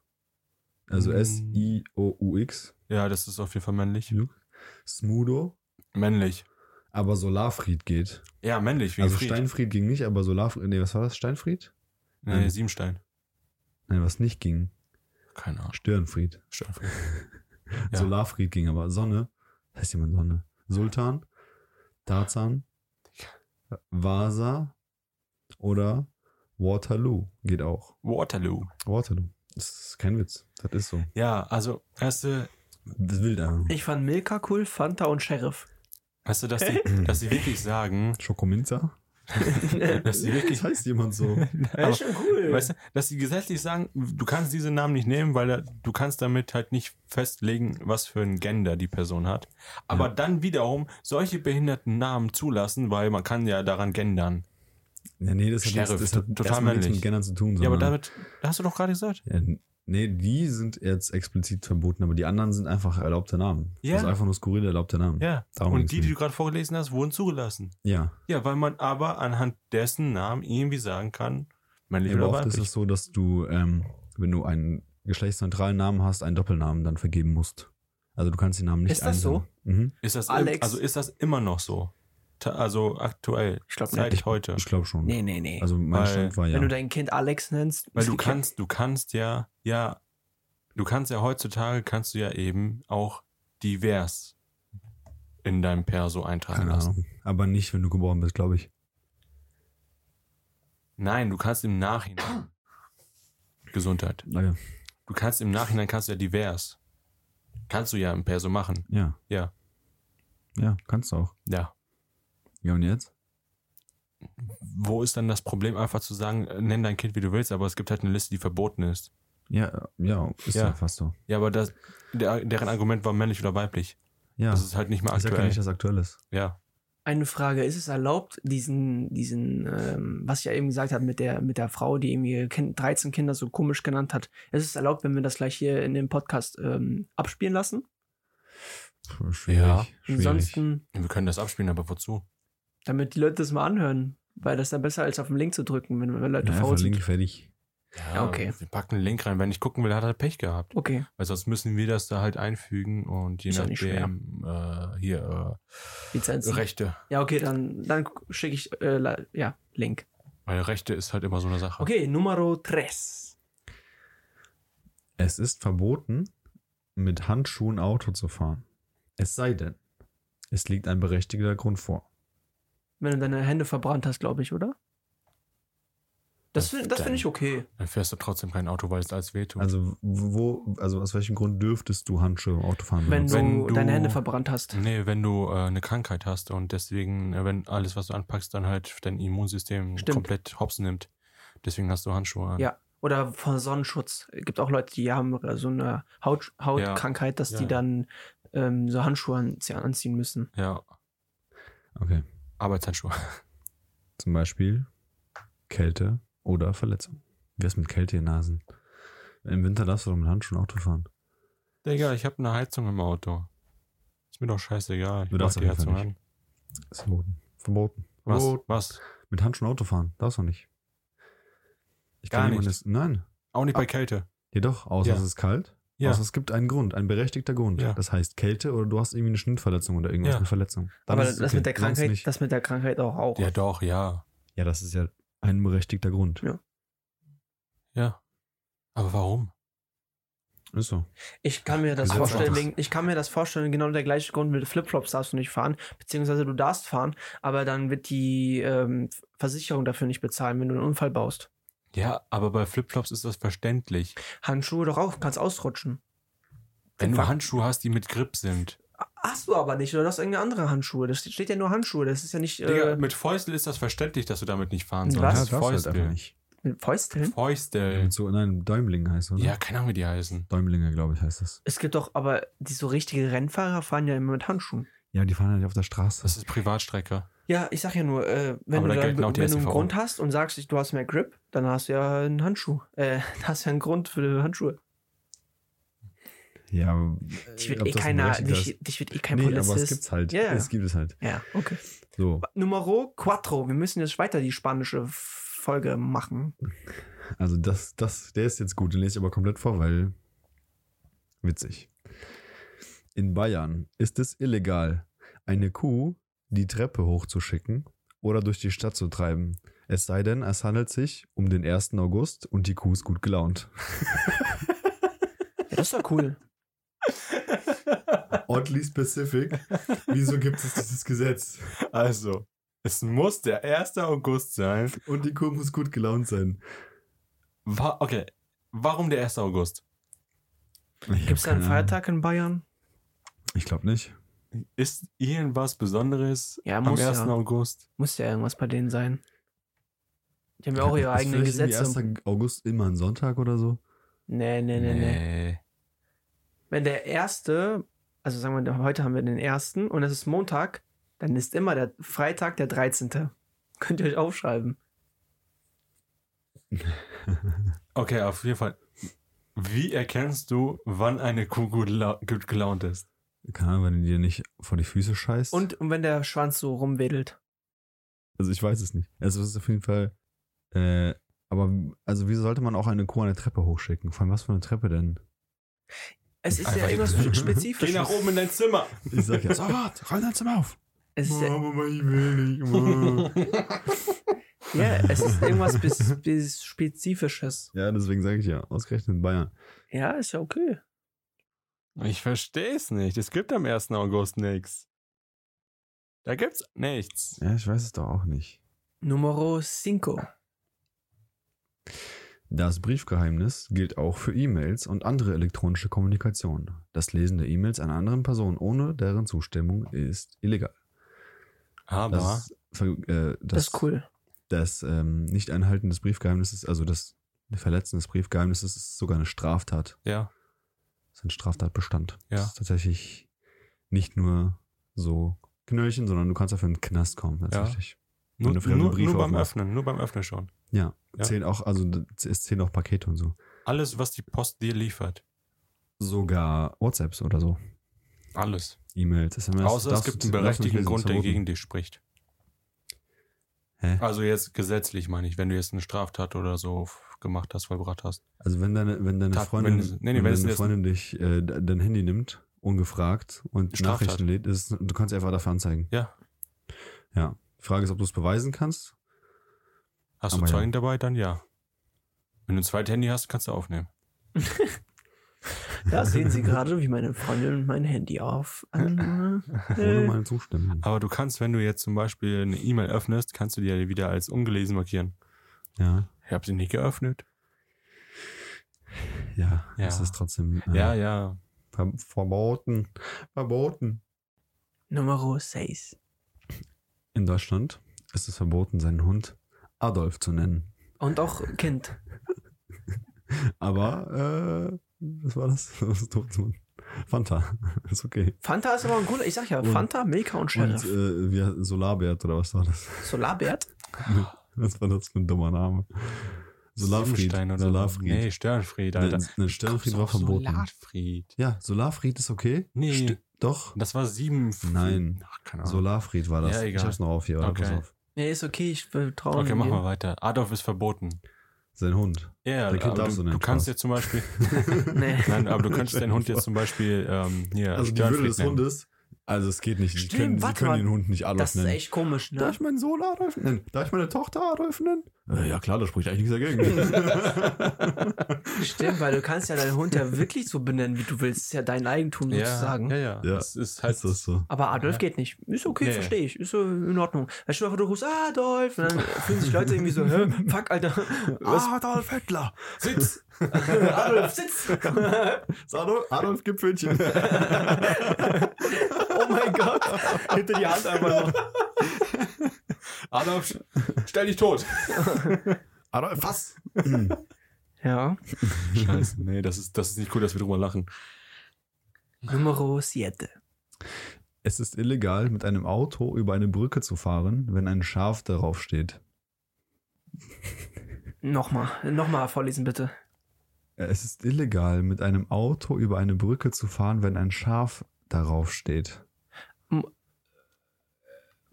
Also
Mm.
S-I-O-U-X.
Ja, das ist auf jeden Fall männlich.
Smudo.
Männlich.
Aber Solarfried geht.
Ja, männlich, wie
also
Fried.
Steinfried ging nicht, aber Solarfried. Nee, was war das? Steinfried?
nee, Siebenstein.
Nein, was nicht ging.
Keine Ahnung.
Stirnfried.
Steinfried. Ja.
Solarfried ging aber. Sonne. Heißt jemand Sonne? Sultan. Tarzan. Vasa. Oder Waterloo. Geht auch.
Waterloo.
Waterloo. Das ist kein Witz. Das ist so.
Ja, also, erste,
Das will einfach. nur.
Ich fand Milka cool, Fanta und Sheriff.
Weißt du, dass
*laughs*
die, dass die wirklich sagen, *laughs*
Schokominzer?
dass die wirklich,
Das heißt jemand so.
Ja, ist schon cool.
weißt du, dass die gesetzlich sagen, du kannst diese Namen nicht nehmen, weil da- du kannst damit halt nicht festlegen, was für ein Gender die Person hat. Aber dann wiederum solche behinderten Namen zulassen, weil man kann ja daran gendern.
Ja, nee, das hat,
Sheriff,
jetzt, das hat
total
erstmal nichts
männlich.
mit Gendern zu tun.
Ja, aber
sondern-
damit, hast du doch gerade gesagt.
Ja, nee, die sind jetzt explizit verboten, aber die anderen sind einfach erlaubte Namen.
Ja.
Also einfach nur skurrile erlaubte Namen.
Ja.
Darum
Und
ging's
die, die
mir.
du gerade vorgelesen hast, wurden zugelassen.
ja.
Ja, weil man aber anhand dessen Namen irgendwie sagen kann, männlich
Ja,
oder
aber oft ist
weiblich.
es so, dass du, ähm, wenn du einen geschlechtsneutralen Namen hast, einen Doppelnamen dann vergeben musst. Also du kannst den Namen nicht
Ist das
einsam- Mhm.
Ist das, im-
Alex.
also ist das immer noch so? ta- also aktuell,
Ich glaube nicht.
seit heute.
Ich glaube schon.
Nee, nee, nee.
Also mein
Weil-
Stand war ja.
Wenn du dein Kind Alex nennst,
Weil
ist
du
okay.
kannst, du kannst ja, ja, du kannst ja heutzutage, kannst du ja eben auch divers in deinem Perso eintragen
Keine
lassen.
Ahnung. Aber nicht, wenn du geboren bist, glaube ich.
Nein, du kannst
*clears throat*
im Nachhinein. Gesundheit.
Naja.
Du kannst im Nachhinein, kannst du ja divers. Kannst du ja im Perso machen.
Ja.
Ja.
Ja, kannst du auch.
Ja.
Ja, und jetzt?
Wo ist dann das Problem, einfach zu sagen, äh, nenn dein Kind, wie du willst, aber es gibt halt eine Liste, die verboten ist.
Ja, ja, ist ja,
Ja.
fast so.
Ja, aber das, der, deren Argument war männlich oder weiblich.
Ja.
Das ist halt nicht mehr
ich sag ja
aktuell.
nicht, dass aktuell ist.
ja.
Eine Frage, ist es erlaubt, diesen, diesen, ähm, was ich ja eben gesagt habe mit der, mit der Frau, die irgendwie Kin- 13 Kinder so komisch genannt hat, ist es erlaubt, wenn wir das gleich hier in dem Podcast ähm, abspielen lassen?
Puh, schwierig.
Ja.
schwierig.
Ansonsten,
Wir können das abspielen, aber wozu?
damit die Leute das mal anhören, weil das ist dann besser, als auf den Link zu drücken, wenn, wenn Leute
ja,
faul
verlinke
sind.
fertig.
Ja, okay.
Wir packen den Link rein. Wenn ich gucken will, hat er Pech gehabt.
Okay,
Weil sonst müssen wir das da halt einfügen und je
Ist auch nicht
nachdem äh, hier äh,
Lizenzen.
Rechte.
Ja, okay, dann, dann schicke ich, äh, la- ja, Link.
Weil Rechte ist halt immer so eine Sache.
Okay, Numero tres.
Es ist verboten, mit Handschuhen Auto zu fahren. Es sei denn, es liegt ein berechtigter Grund vor.
Wenn du deine Hände verbrannt hast, glaube ich, oder? Das,
Das
find- das finde
dann-
ich okay.
Dann fährst du trotzdem kein Auto, weil es als weh tut.
Also wo, also aus welchem Grund dürftest du Handschuhe im Auto fahren?
Wenn du,
benutzen?
Wenn du-
deine Hände verbrannt hast.
nee, wenn du äh, eine Krankheit hast und deswegen, äh, wenn alles, was du anpackst, dann halt dein Immunsystem
Stimmt.
komplett hops nimmt. Deswegen hast du Handschuhe an.
Ja. Oder von Sonnenschutz. Es gibt auch Leute, die haben so eine Haut, Hautkrankheit, dass
Ja,
die
ja.
dann ähm, so Handschuhe anzie- anziehen müssen.
ja.
okay,
Arbeitshandschuhe. *laughs*
zum Beispiel Kälte oder Verletzung. Wie ist mit Kälte in Nasen? Im Winter darfst du doch mit Handschuhen Auto fahren.
Digga, ich habe eine Heizung im Auto. Ist mir doch scheißegal. Ich
Du
mach
darfst
die
auf jeden
Heizung
Fall
an.
Ist verboten. Verboten.
Was?
Verboten.
Was?
Mit Handschuhen Auto fahren darfst du nicht. Ich
Gar
jemanden
nicht.
das- Nein.
Auch
Ah.
nicht bei Kälte.
Jedoch, außer
Ja.
es ist kalt.
Ja.
Außer es gibt einen Grund, ein berechtigter Grund.
Ja.
Das heißt Kälte oder du hast irgendwie eine Schnittverletzung oder irgendwas,
Ja.
eine Verletzung. Dann
Aber
ist
das
es okay.
mit der
Sonst
Krankheit,
nicht.
das mit der Krankheit auch. auch.
Ja, doch, ja.
ja, das ist ja ein berechtigter Grund.
Ja.
Ja. Aber warum?
Ist so.
Ich kann mir das
Gesetz
vorstellen,
macht's.
wegen, ich kann mir das vorstellen, genau der gleiche Grund mit Flipflops darfst du nicht fahren, beziehungsweise du darfst fahren, aber dann wird die ähm, Versicherung dafür nicht bezahlen, wenn du einen Unfall baust.
Ja, aber bei Flipflops ist das verständlich.
Handschuhe doch auch, kannst ausrutschen.
Wenn
Fuck.
du Handschuhe hast, die mit Grip sind.
Hast du aber nicht, oder du hast irgendeine andere Handschuhe. Das steht ja nur Handschuhe, das ist ja nicht
Digga,
äh,
mit Fäustel ist das verständlich, dass du damit nicht fahren
Was?
sollst.
Ja, darfst halt einfach
Fäustel.
nicht.
mit Fäusteln.
Fäustel.
Mit so, nein, Däumling heißt oder?
Ja, keine Ahnung, wie die heißen.
Däumlinge, glaube ich, heißt das.
Es gibt doch, aber die so richtige Rennfahrer fahren ja immer mit Handschuhen.
Ja, die fahren halt auf der Straße.
Das ist Privatstrecke.
Ja, ich sag ja nur, äh, wenn,
Aber
du,
da
dann,
gelten auch
wenn
die
du einen
SDVO.
Grund hast und sagst, ich- du hast mehr Grip, dann hast du ja einen Handschuh. Äh, *laughs* hast ja einen Grund für Handschuhe.
ja, aber
Dich wird
Äh, ob
eh
das ein
keiner,
berechtigter
dich,
ist-
dich wird eh kein
Nee,
Polizist.
aber es gibt's halt.
Ja, ja.
Es gibt es halt.
Ja, okay.
So,
Numero cuatro. Wir müssen jetzt weiter die spanische Folge machen.
also das, das, der ist jetzt gut, den lese ich aber komplett vor, weil witzig. In Bayern ist es illegal, eine Kuh die Treppe hochzuschicken oder durch die Stadt zu treiben. Es sei denn, es handelt sich um den 1. August und die Kuh ist gut gelaunt.
Ja, das war cool.
*laughs* Oddly specific. Wieso gibt es dieses Gesetz?
Also, es muss der 1. August sein.
Und die Kuh muss gut gelaunt sein.
Wa okay, warum der 1. August?
Gibt es da einen Feiertag in Bayern?
Ich glaube nicht.
Ist irgendwas Besonderes
Ja,
am
muss
1.
ja.
August?
Muss ja irgendwas bei denen sein. Die haben ja auch ihre
Ist
eigenen
vielleicht irgendwie
Gesetze.
1. August immer ein Sonntag oder so?
Nee, nee, nee, nee. Wenn der erste, also sagen wir, mal, heute haben wir den ersten und es ist Montag, dann ist immer der Freitag der 13. *laughs* Könnt ihr euch aufschreiben.
Okay, auf jeden Fall. Wie erkennst du, wann eine Kuh gut, lau- gut gelaunt ist?
Keine Ahnung, wenn du dir nicht vor die Füße scheißt.
Und, und wenn der Schwanz so rumwedelt.
Also ich weiß es nicht. Also es ist auf jeden Fall. Äh, aber also wieso sollte man auch eine Kuh an der Treppe hochschicken? Vor allem was für eine Treppe denn?
Es ist
Einfach
ja irgendwas
jetzt. *laughs*
Spezifisches.
in dein Zimmer!
*laughs*
Ich sag ja, so wart, räum dein Zimmer auf.
Es ist, ja-
Mama, ich will nicht. *laughs* Mama.
*laughs* ja, es ist irgendwas bis, bis Spezifisches.
ja, deswegen sage ich ja, ausgerechnet Bayern.
Ja, ist ja okay.
Ich verstehe es nicht. Es gibt am 1. August nichts. Da gibt's nichts.
Ja, ich weiß es doch auch nicht.
Numero cinco.
Das Briefgeheimnis gilt auch für E-Mails und andere elektronische Kommunikation. Das Lesen der E-Mails einer anderen Person ohne deren Zustimmung ist illegal.
Aber
Das, ist ver- äh,
Das,
das,
ist cool.
das ähm, Nicht-Einhalten des Briefgeheimnisses, also das Verletzen des Briefgeheimnisses, ist sogar eine Straftat.
ja,
Das ist ein Straftatbestand.
Ja.
Das ist tatsächlich nicht nur so Knöllchen, sondern du kannst dafür in den Knast kommen, tatsächlich. Wenn
nur,
du fremde
nur,
Briefe
nur beim
aufmachst.
Öffnen, nur beim Öffnen schon.
Ja.
Ja.
Zählen auch, also es zählen auch Pakete und so.
Alles, was die Post dir liefert.
Sogar WhatsApps oder so.
Alles.
E-Mails, SMS.
Außer es
darfst
gibt
du-
einen
darfst du nicht
berechtigten
lesen,
Grund,
ist
der
verboten.
gegen dich spricht.
Hä?
Also jetzt gesetzlich meine ich, wenn du jetzt eine Straftat oder so f- gemacht hast, vollbracht hast.
Also wenn deine, wenn deine
Tat-
Freundin,
wenn- nee, nee,
wenn
wenn es
deine
jetzt-
Freundin dich äh, de- dein Handy nimmt, ungefragt und
Straftat.
Nachrichten lädt, ist, du kannst sie einfach dafür anzeigen.
Ja.
Ja. Die Frage ist, ob du es beweisen kannst.
Hast
Aber
du
ja.
Zeugen dabei, dann ja. Wenn du ein zweites Handy hast, kannst du aufnehmen.
Da sehen Sie gerade, wie meine Freundin mein Handy auf. an- Äh,
Ohne meine Zustimmung.
Aber du kannst, wenn du jetzt zum Beispiel eine E-Mail öffnest, kannst du die ja wieder als ungelesen markieren.
Ja.
Ich habe sie nicht geöffnet.
Ja.
Ja.
Es ist trotzdem äh,
Ja, ja.
ver verboten. Verboten.
Numero seis.
In Deutschland ist es verboten, seinen Hund Adolf zu nennen.
Und auch Kind.
Aber, äh, was war das? *laughs* Was ist doof zu machen? Fanta. *laughs* Ist okay.
Fanta ist aber ein guter, ich sag ja,
Und-
Fanta, Milka und
Und
Sheriff.
äh, wir, Solarbert oder was war das?
äh,
Solarbert?
*laughs* Was war das für ein dummer Name? Solarfried.
Siebenstein oder
Solarfried.
So. Nee, Störenfried, Alter.
Nein, nein, Störenfried war verboten.
Solarfried.
Ja, Solarfried ist okay.
Nee.
St- doch.
Das war sieben.
Nein.
Ach, keine Ahnung.
Solarfried war das.
Ja, egal.
Ich hab's noch auf hier, warte,
Okay.
pass auf.
Nee, ist okay, ich vertraue
okay,
dir.
machen wir weiter. Adolf ist verboten.
Sein Hund.
*laughs* Ja,
Dein Kind
aber
darfst
du,
du nennen,
du kannst
Spaß.
jetzt zum Beispiel.
*laughs*
Nee.
Nein, aber du könntest deinen Hund jetzt zum Beispiel ähm, hier
also die
Störenfried
Würde des
nennen.
Hundes. Also es geht nicht. Die
Stimmt,
können, sie
warte
können
mal.
den Hund nicht Adolf
Das ist
nennen.
echt komisch, ne?
Darf ich meinen Sohn Adolf nennen? Darf ich meine Tochter Adolf nennen? Äh, ja klar, da spricht eigentlich nichts
*laughs*
dagegen.
Stimmt, weil du kannst ja deinen Hund ja wirklich so benennen, wie du willst. Ist ja dein Eigentum sozusagen.
Ja, ja,
Ja.
ja. Es ist halt
heißt das so?
Aber Adolf
Ja.
geht nicht. Ist okay,
Nee.
verstehe ich. Ist so in Ordnung. Weil schon mal, du rufst Adolf und dann fühlen sich Leute irgendwie so, hä, fuck, *laughs* Alter.
Adolf Hitler.
Sitz!
Adolf, sitz! oh
Adolf, Adolf *laughs* Gipfelchen.
Oh mein Gott. Hinter die Hand einfach
*laughs*
noch.
Adolf, stell dich tot!
Adolf, was?
Ja.
Scheiße, nee, das ist, das ist nicht cool, dass wir drüber lachen.
Numero siete.
Es ist illegal, mit einem Auto über eine Brücke zu fahren, wenn ein Schaf darauf steht.
Nochmal, nochmal vorlesen bitte.
Es ist illegal, mit einem Auto über eine Brücke zu fahren, wenn ein Schaf darauf steht.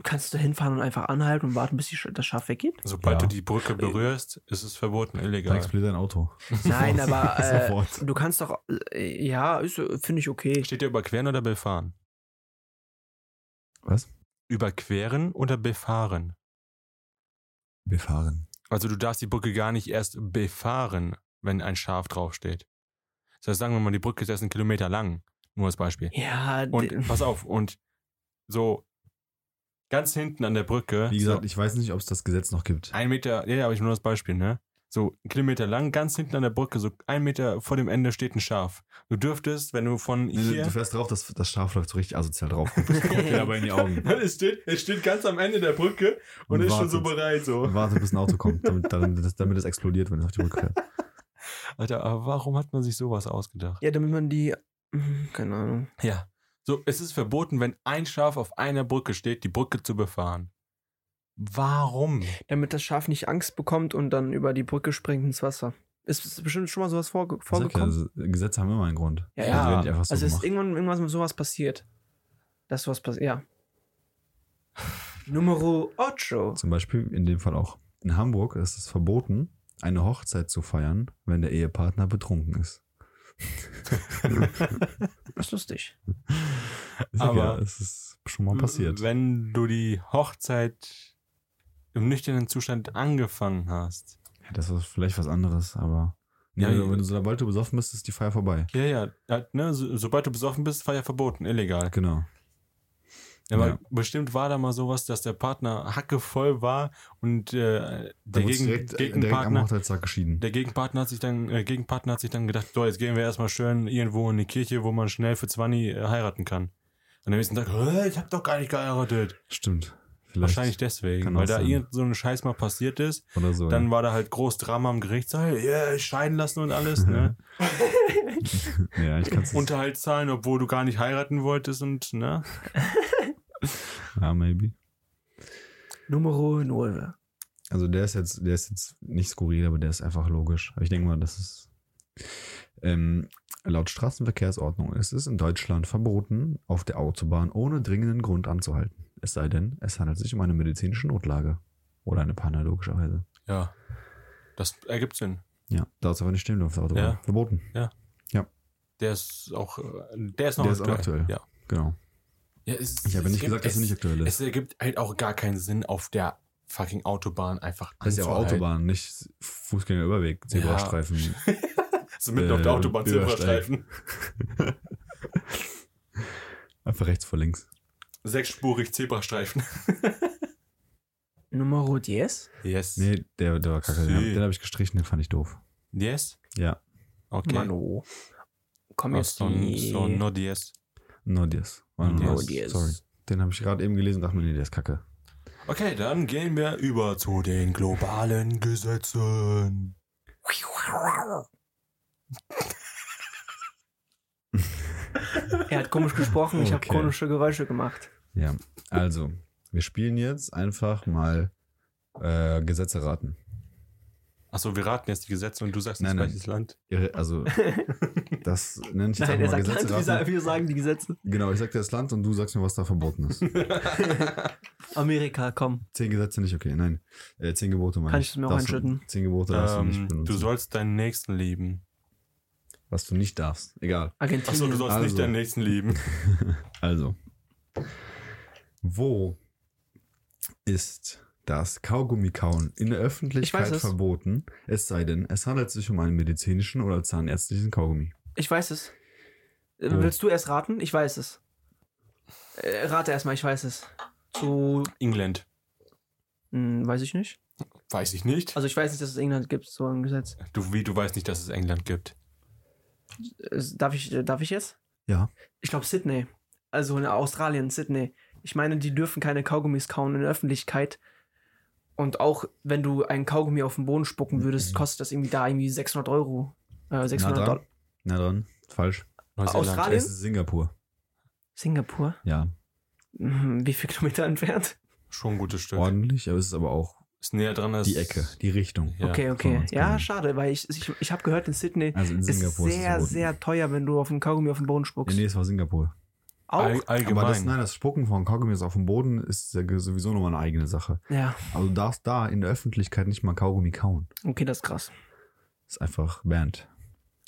Kannst du hinfahren und einfach anhalten und warten, bis die, Sch- das Schaf weggeht?
Sobald
Ja. Äh,
du die Brücke berührst, ist es verboten,
Da
illegal.
explodiert ein Auto.
*laughs* Nein,
Sofort. *laughs*
*laughs*
aber äh,
Sofort.
du kannst doch, äh, ja, ist, finde ich okay.
Steht dir überqueren oder befahren?
Was?
Überqueren oder befahren?
Wir fahren.
Also du darfst die Brücke gar nicht erst befahren, wenn ein Schaf draufsteht. Das heißt, sagen wir mal, die Brücke ist erst einen Kilometer lang, nur als Beispiel.
Ja, d-
Und pass auf, und so ganz hinten an der Brücke,
Wie gesagt,
so
ich weiß nicht, ob es das Gesetz noch gibt.
ein Meter, ja, ja, aber ich nur das Beispiel, ne? So einen Kilometer lang, ganz hinten an der Brücke, so ein Meter vor dem Ende steht ein Schaf. Du dürftest, wenn du von
Nee, Du, du
hier...
fährst drauf, dass das Schaf läuft so richtig
*laughs*
asozial drauf. Guck dir dabei in die Augen.
*laughs* es, steht, es steht ganz am Ende der Brücke
Und wartet. *laughs*
bereit, so.
Warte, bis ein Auto kommt, damit, damit, damit es explodiert, wenn es auf die
*laughs*
Brücke fährt.
Alter, aber warum hat man sich sowas ausgedacht?
ja, damit man die, Hm, keine Ahnung.
Ja. So, es ist verboten, wenn ein Schaf auf einer Brücke steht, die Brücke zu befahren. Warum?
Damit das Schaf nicht Angst bekommt und dann über die Brücke springt ins Wasser. Ist es bestimmt schon mal sowas vorge
Sag ja,
vorgekommen?
also, Gesetze haben immer einen Grund.
Ja,
Also
ja.
werden nicht einfach so
also ist
gemacht.
irgendwann irgendwas mit sowas passiert. Dass sowas passiert, ja. Numero 8.
Zum Beispiel in dem Fall auch. In Hamburg ist es verboten, eine Hochzeit zu feiern, wenn der Ehepartner betrunken ist.
Das ist lustig.
Ist
Aber-
egal, es ist schon mal passiert.
Wenn du die Hochzeit im nüchternen Zustand angefangen hast.
Ja, das ist vielleicht was anderes, aber. Nee,
Ja,
wenn,
ja.
du, wenn du sobald du besoffen bist, ist die Feier vorbei.
Ja, ja. ja, Ne, so, sobald du besoffen bist, Feier verboten, illegal.
Genau.
Aber
Ja.
bestimmt war da mal sowas, dass der Partner hackevoll war und äh, der
Dann wurdest
Gegen,
du direkt, direkt am
Gegenpartner.
Hochzeitstag geschieden.
Der Gegenpartner hat sich dann, äh, Gegenpartner hat sich dann gedacht, so, jetzt gehen wir erstmal schön irgendwo in die Kirche, wo man schnell für 20 äh, heiraten kann. Und am nächsten Tag, "Hä, ich hab doch gar nicht geheiratet.
Stimmt. Vielleicht.
Wahrscheinlich deswegen,
Kann
weil
auch
da
sein.
irgend so ein Scheiß mal passiert ist.
Oder so.
Dann
ja.
war da halt groß Drama im Gerichtssaal, yeah, scheiden lassen und alles,
*laughs*
ne?
ja, ich kann es nicht.
Unterhalt zahlen, obwohl du gar nicht heiraten wolltest und, ne?
Ja, maybe.
Numero 9.
Also der ist jetzt, der ist jetzt nicht skurril, aber der ist einfach logisch. Aber ich denke mal, das ist. Ähm, laut Straßenverkehrsordnung ist es in Deutschland verboten, auf der Autobahn ohne dringenden Grund anzuhalten. Es sei denn, es handelt sich um eine medizinische Notlage. Oder eine Panne, logischerweise.
Ja. Das ergibt Sinn.
Ja, da ist aber nicht stehen auf der Autobahn.
Ja.
Verboten.
Der ist auch, äh, der ist noch
Der ist auch aktuell.
Ja.
Genau.
ja es,
Ich habe
es
nicht
gibt-
gesagt, dass er
es-
nicht aktuell ist.
Es ergibt halt auch gar keinen Sinn, auf der fucking Autobahn einfach
Das ist ja auch
anzuhalten.
Autobahn, nicht Fußgängerüberweg, Zebrastreifen.
Also mitten auf der
Äh,
Autobahn Zebrastreifen.
Einfach rechts vor links.
Sechsspurig Zebrastreifen.
Numero 10.
Yes.
Nee, der, der war kacke. Den, hab-
Sie.
den habe ich gestrichen, den fand ich doof.
Yes?
Ja,
Okay.
Mano. Komm
Ach,
jetzt
so, ein-
die-
so, ein no yes.
no dies.
No
dies.
Sorry. Den habe ich gerade eben gelesen und dachte mir, nee, der ist kacke.
Okay, dann gehen wir über zu den globalen Gesetzen.
Er hat komisch gesprochen, ich habe
Okay.
komische Geräusche gemacht.
Ja, also, wir spielen jetzt einfach mal äh, Gesetze raten.
Achso, wir raten jetzt die Gesetze und du sagst
Nein,
jetzt
nein.
welches Land.
*laughs*
Ihre- Also, das nenne ich jetzt
Nein, er
einfach mal
sagt Land,
Gesetze
wir sagen,
raten.
wir sagen die Gesetze.
Genau, ich sag dir das Land und du sagst mir, was da verboten
*laughs*
ist.
Amerika, komm.
zehn Gesetze nicht okay, nein. Äh, zehn Gebote meine
Kann ich das mir auch
Darfst du-
einschütten?
Zehn Gebote darfst du nicht
ähm,
benutzen.
du sollst deinen Nächsten lieben.
was du nicht darfst. Egal.
Argentinien.
Achso, du sollst
Also.
nicht deinen Nächsten lieben.
Also. Wo ist das Kaugummikauen in der
Ich
Öffentlichkeit
weiß es.
verboten, es sei denn, es handelt sich um einen medizinischen oder zahnärztlichen Kaugummi?
Ich weiß es. Äh,
Wo?
Willst du erst raten? Ich weiß es. Äh, rate erstmal, ich weiß es. Zu,
England.
hm, weiß ich nicht.
Weiß ich nicht.
Also ich weiß nicht, dass es England gibt, so ein Gesetz.
Du, wie, du weißt nicht, dass es England gibt.
Äh, darf, ich, äh, darf ich jetzt?
Ja.
Ich glaube Sydney. Also in Australien, Sydney. Ich meine, die dürfen keine Kaugummis kauen in der Öffentlichkeit. Und auch wenn du einen Kaugummi auf den Boden spucken würdest, kostet das irgendwie da irgendwie 600 Euro. Äh, 600
Mhm. Na
Dollar.
dran. Na dran. Falsch.
Australien?
Es ist Singapur.
Singapur?
Ja.
Mhm, Wie viele Kilometer *laughs* entfernt?
Schon ein gutes Stück.
Ordentlich, aber es ist aber auch
Ist näher dran als
die Ecke, die Richtung.
Ja,
okay,
kann
okay.
man-
Ja, schade, weil ich, ich, ich habe gehört, in Sydney
Also in
ist
Singapur
sehr,
ist es verboten.
sehr teuer, wenn du auf einen Kaugummi auf den Boden
Ja,
spuckst.
nee, es war Singapur.
Auch?
All, allgemein.
Aber das, nein, das Spucken von Kaugummis auf dem Boden ist ja sowieso nochmal eine eigene Sache.
Ja,
Also du darfst da in der Öffentlichkeit nicht mal Kaugummi kauen.
okay, das ist krass.
Ist einfach banned.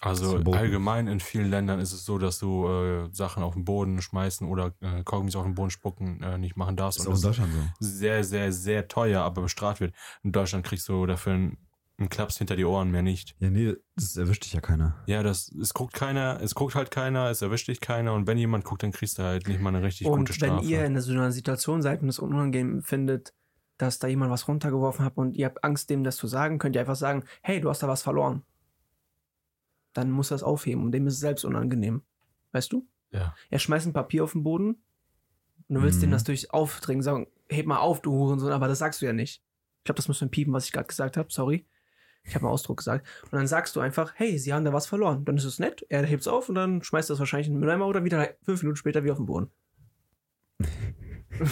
Also
Verboten.
allgemein in vielen Ländern ist es so, dass du äh, Sachen auf den Boden schmeißen oder äh, Kaugummis auf den Boden spucken äh, nicht machen darfst.
Ist
Und
auch in
das ist
Deutschland so.
sehr, sehr, sehr teuer, aber bestraft wird. In Deutschland kriegst du dafür einen, einen Klaps hinter die Ohren, mehr nicht.
Ja, nee, das erwischt dich ja keiner.
Ja, das, es guckt keiner, es guckt halt keiner, es erwischt dich keiner und wenn jemand guckt, dann kriegst du halt nicht mal eine richtig gute
Und wenn
Strafe.
ihr in so einer Situation seid und es unangenehm findet, dass da jemand was runtergeworfen hat und ihr habt Angst, dem das zu sagen, könnt ihr einfach sagen, hey, du hast da was verloren. Dann muss er es aufheben und dem ist es selbst unangenehm. Weißt du?
Ja.
Er schmeißt ein Papier auf den Boden und du willst
Mhm.
dem das durch aufdringen, sagen, heb mal auf, du Hurensohn, aber das sagst du ja nicht. Ich glaube, das muss man piepen, was ich gerade gesagt habe, sorry. Ich habe einen Ausdruck gesagt. Und dann sagst du einfach, hey, sie haben da was verloren. Dann ist es nett, er hebt's auf und dann schmeißt er es wahrscheinlich in den Mülleimer oder wieder fünf Minuten später wieder auf den
*laughs*
Boden.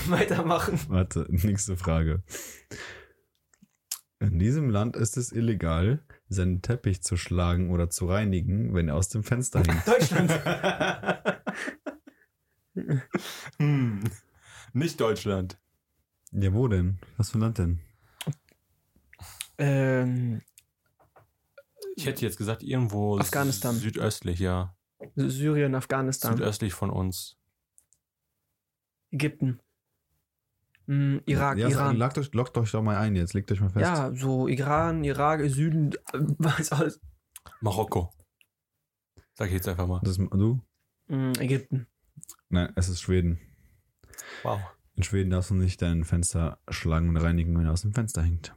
Weitermachen.
Warte, *laughs* nächste Frage. In diesem Land ist es illegal, seinen Teppich zu schlagen oder zu reinigen, wenn er aus dem Fenster hängt.
Deutschland.
*laughs*
*laughs*
hm. Nicht Deutschland.
ja, wo denn? Was für ein Land denn?
ähm,
Ich hätte jetzt gesagt, irgendwo
Afghanistan.
südöstlich, ja.
Syrien, Afghanistan.
Südöstlich von uns.
Ägypten. Hm, Irak,
ja,
Iran.
Lockt euch, lockt euch doch mal ein jetzt, legt euch mal fest.
Ja, so Iran, Irak, Süden, *laughs* äh, was alles.
Marokko. Sag ich jetzt einfach mal.
Das, du?
Hm, Ägypten.
Nein, es ist Schweden.
Wow.
In Schweden darfst du nicht dein Fenster schlagen und reinigen, wenn er aus dem Fenster hängt.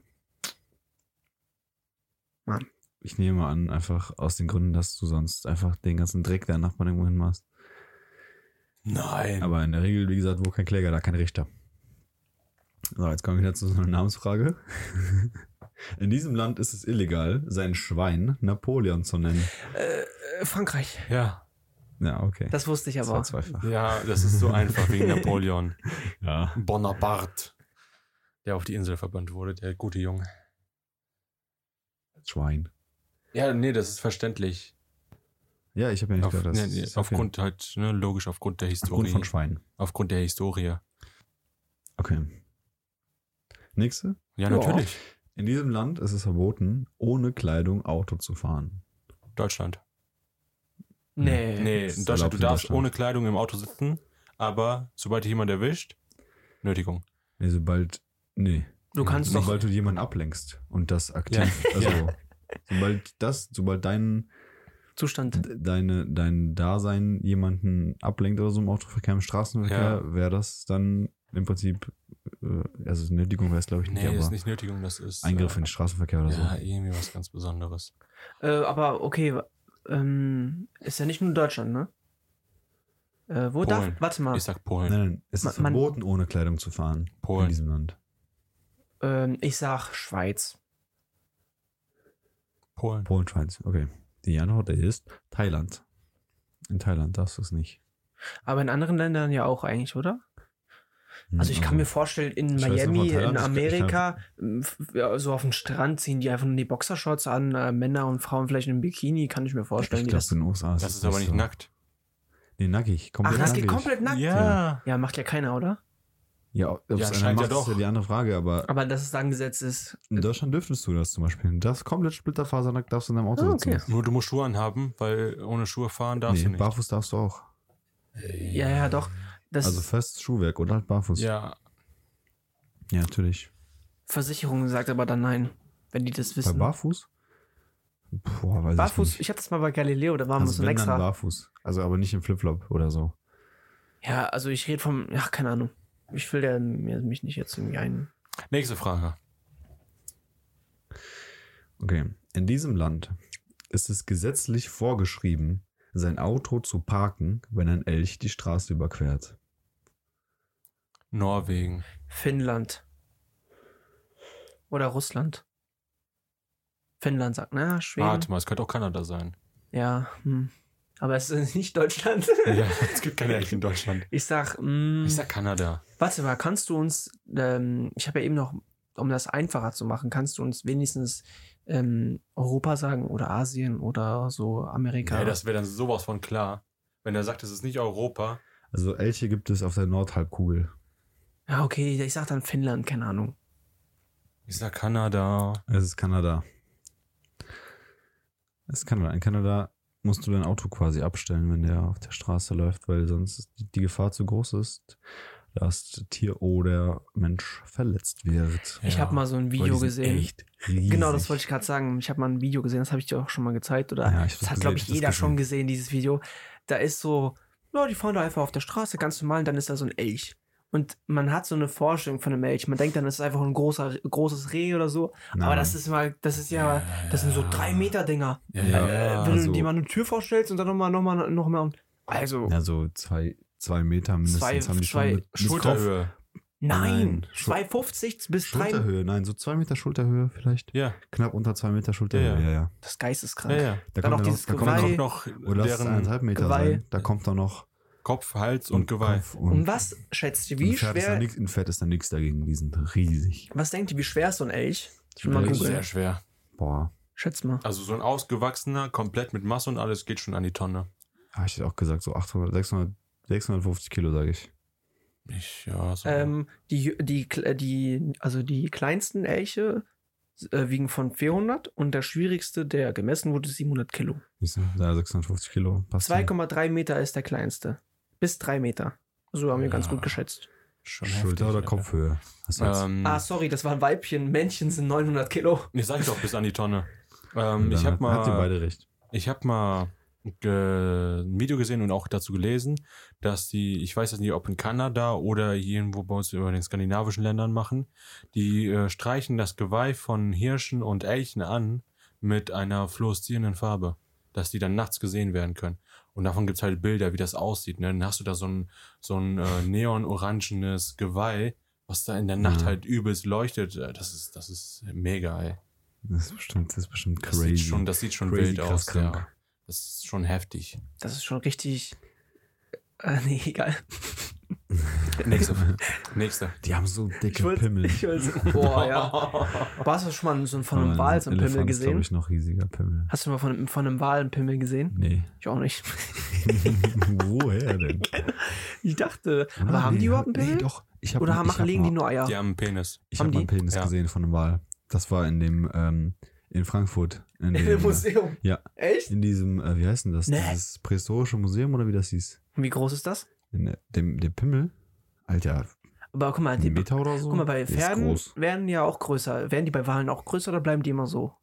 Mann.
Ich nehme an, einfach aus den Gründen, dass du sonst einfach den ganzen Dreck deiner Nachbarn irgendwo hinmachst.
Nein.
Aber in der Regel, wie gesagt, wo kein Kläger, da kein Richter. So, jetzt kommen wir wieder zu so einer
*laughs*
Namensfrage. In diesem Land ist es illegal, sein Schwein Napoleon zu nennen.
Äh, äh, Frankreich.
Ja.
Ja, okay.
Das wusste ich
Das war
aber.
zweifach.
Ja, das ist so einfach wegen Napoleon.
Ja.
*laughs* Bonaparte. Der auf die Insel verbannt wurde, der gute Junge.
Schwein.
Ja, nee, das ist verständlich.
Ja, ich habe ja nicht
Auf,
gedacht,
nee,
dass
nee,
ist ja viel.
aufgrund halt, ne, logisch, aufgrund der
aufgrund
Historie.
von Schwein.
aufgrund der Historie.
Okay. Nächste.
Ja.
Ja, natürlich.
In diesem Land ist es verboten, ohne Kleidung Auto zu fahren.
Deutschland.
Nee.
Nee,
ist
in Deutschland,
erlaubt
du
in
darfst
Deutschland.
ohne Kleidung im Auto sitzen, aber sobald dich jemand erwischt, Nötigung.
Nee, sobald. Nee.
Du kannst doch.
Sobald du jemanden ablenkst und das
*laughs*
aktiv.
Ja.
Also,
Ja.
sobald das, sobald dein,
Zustand.
deine, dein Dasein jemanden ablenkt oder so im Autoverkehr, im Straßenverkehr, wäre das dann im Prinzip. äh, Also, Nötigung wäre es, glaube ich, nicht,
Nee,
aber
das ist nicht Nötigung, das ist.
Eingriff
äh,
in den Straßenverkehr oder
Ja,
so.
irgendwie was ganz Besonderes.
Äh, aber okay, wa- ähm, ist ja nicht nur Deutschland, ne? Äh, wo darf.
Polen.
Warte mal.
Ich sag Polen.
Nein, nein, es ist
Man- man-
verboten, ohne Kleidung zu fahren. In
Polen.
diesem Land.
Ähm, ich sag Schweiz.
Polen.
Polen, Schweiz. Okay. Die Antwort ist Thailand. In Thailand darfst du es nicht.
Aber in anderen Ländern ja auch eigentlich, oder?
Hm,
Also ich kann mir vorstellen, in
Mhm. Ich weiß nicht, von
Miami, in
Thailand, ich-
Amerika, ähm, f- ja, so auf dem Strand ziehen die einfach nur die Boxershorts an, äh, Männer und Frauen vielleicht in Bikini, kann ich mir vorstellen.
ich
die
glaub,
das
in den USA
Das ist aber nicht
so.
nackt.
Nee, nackig.
Ach,
Komplett
das
nackig.
geht komplett nackt? Ja.
Ja.
macht ja keiner, oder?
Ja, äh, ob
Ja,
es einer
scheint ja
macht, ist ja
doch.
die andere Frage, aber
Aber dass es dann Gesetz ist.
in Deutschland dürftest du das zum Beispiel. Das komplett splitterfasernackt darfst du in deinem Auto
Ah, okay.
sitzen.
Nur du musst Schuhe anhaben, weil ohne Schuhe fahren darfst
nee,
du nicht.
barfuß darfst du auch.
Ja, ja, doch. Das
also festes Schuhwerk oder halt barfuß.
Ja,
Ja, natürlich.
Versicherung sagt aber dann nein, wenn die das
Bei
wissen.
barfuß? Boah, weiß
Barfuß,
ich nicht.
ich hatte das mal bei Galileo, da waren wir
also
so ein
wenn, dann
extra.
barfuß. Also aber nicht im Flipflop oder so.
Ja, also ich rede vom, ach, keine Ahnung. Ich will der, mir, mich nicht jetzt irgendwie ein.
nächste Frage.
Okay. In diesem Land ist es gesetzlich vorgeschrieben, sein Auto zu parken, wenn ein Elch die Straße überquert.
Norwegen.
Finnland. Oder Russland. Finnland sagt, na, Schweden.
Warte mal, es könnte auch Kanada sein.
Ja, hm. aber es ist nicht Deutschland.
Ja, es gibt keine Elche in Deutschland.
*laughs* Ich sag, hm,
Ich sag Kanada.
warte mal, kannst du uns, ähm, ich habe ja eben noch, um das einfacher zu machen, kannst du uns wenigstens ähm, Europa sagen oder Asien oder so Amerika?
Ja, das wäre dann sowas von klar. Wenn er sagt, es ist nicht Europa,
Also Elche gibt es auf der Nordhalbkugel.
ja, Ah, okay, ich sag dann Finnland, keine Ahnung.
ich sag Kanada.
Es ist Kanada. Es ist Kanada. In Kanada musst du dein Auto quasi abstellen, wenn der auf der Straße läuft, weil sonst die- die Gefahr zu groß ist, dass Tier oder Mensch verletzt wird.
Ich
Ja,
habe mal so ein Video gesehen. Genau, das wollte ich gerade sagen. Ich habe mal ein Video gesehen, das habe ich dir auch schon mal gezeigt. Oder
Ja, ich hab
das
das
hat, glaube
gesehen,
ich,
ich hab
jeder
das
schon gesehen, dieses Video. Da ist so, ja, die fahren da einfach auf der Straße, ganz normal, und dann ist da so ein Elch. Und man hat so eine Vorstellung von einem Elch. Man denkt dann, es ist einfach ein großer, großes Reh oder so. Aber das ist mal, das ist ja, das sind so drei Meter Dinger.
Ja,
Ja.
äh,
ja.
wenn
so.
du dir mal eine Tür vorstellst und dann nochmal, nochmal, nochmal. Also,
Ja, so zwei, zwei Meter mindestens
Zwei-
haben die
zwei
schon mit, mit Kopf.
Schulterhöhe.
nein,
nein,
2,50 bis 3.
Schulterhöhe, nein, so zwei Meter Schulterhöhe vielleicht.
Ja,
Knapp unter zwei Meter Schulterhöhe,
Ja,
ja,
ja.
ja.
Das Geist ist krank.
ja, ja.
Da
Dann noch
kommt
dieses
da kommt
Dann
Geweih.
kommt
noch,
noch
oder lass es halt
deren
eineinhalb Meter
Geweih.
sein, da kommt dann noch
Kopf, Hals und Geweih.
Kopf
Und was schätzt ihr,
ein
wie
Pferd ist da
schwer,
nix- Ein Pferd ist da nichts dagegen, die sind riesig.
was denkt ihr, wie schwer ist so ein Elch? Ich will mal
Ja,
Das ist
Kopf.
googeln.
sehr schwer.
Boah,
Schätz mal.
Also so ein ausgewachsener, komplett mit Masse und alles geht schon an die Tonne.
habe Ah, ich jetzt auch gesagt, so 800, 600, 650 Kilo, sage ich.
Ich, ja, so.
Ähm, die, die, kle- die, also die kleinsten Elche äh, wiegen von 400 und der schwierigste, der gemessen wurde, 700 Kilo.
Siehst du, Da 650 Kilo passt.
2,3 Meter ist der kleinste. Bis 3 Meter. So haben wir ganz
Ja.
gut geschätzt.
Schon heftig,
Schulter- oder
Alter.
Kopfhöhe? Hast du jetzt?
Ähm,
Ah, sorry, das waren Weibchen. Männchen sind 900 Kilo.
ich sag doch bis an die Tonne. Ähm,
Dann
ich habe
hat- Habt ihr
mal,
beide recht.
ich hab mal ge, ein Video gesehen und auch dazu gelesen, dass die, ich weiß jetzt nicht, ob in Kanada oder irgendwo bei uns über den skandinavischen Ländern machen, die äh, streichen das Geweih von Hirschen und Elchen an mit einer fluoreszierenden Farbe, dass die dann nachts gesehen werden können. Und davon gibt's halt Bilder, wie das aussieht. Ne? Dann hast du da so ein, so ein äh, neonorangenes Geweih, was da in der Nacht
Mhm.
halt übelst leuchtet. Äh, Das ist, das ist mega, ey.
Das ist bestimmt, das ist bestimmt
Das
crazy. *laughs*
sieht schon, das sieht schon
Crazy
wild
krass
aus,
krank.
ja. Das ist
*laughs*
schon heftig.
Das ist schon richtig. Äh, *laughs* nee, egal.
Nächste. Nächste.
Die haben so
Ich
dicke
wollte.
Pimmel.
Ich wollte. Boah, Oh, ja. Warst du schon mal so von einem
Aber
Wal so einen Pimmel
Äh, Elefant ist, glaub
gesehen?
ich, noch riesiger Pimmel.
Hast du mal von, von einem Wal einen Pimmel gesehen? *laughs*
Nee. *laughs*
Ich auch nicht.
Woher denn?
Ich dachte,
Oder?
aber haben
Ah, Nee,
die überhaupt einen
nee,
Pimmel?
doch. Ich hab,
Oder haben,
ich
machen,
hab
legen
mal,
die nur Eier? *laughs*
Die haben einen Penis.
Ich
haben
habe mal einen
die?
Penis
Ja.
gesehen von einem Wal. Das war in dem, ähm, in Frankfurt.
*laughs*
In,
In
dem,
dem Museum.
Ja.
Echt?
in diesem, äh, wie heißt denn das?
Nee.
Dieses prähistorische Museum oder wie das hieß?
Wie groß ist das?
In äh, dem, dem Pimmel? Alter,
Aber guck mal, die,
einen Meter oder so?
guck mal bei
Der
Pferden
Ist groß.
werden die ja auch größer. Werden die bei Walen auch größer oder bleiben die immer so?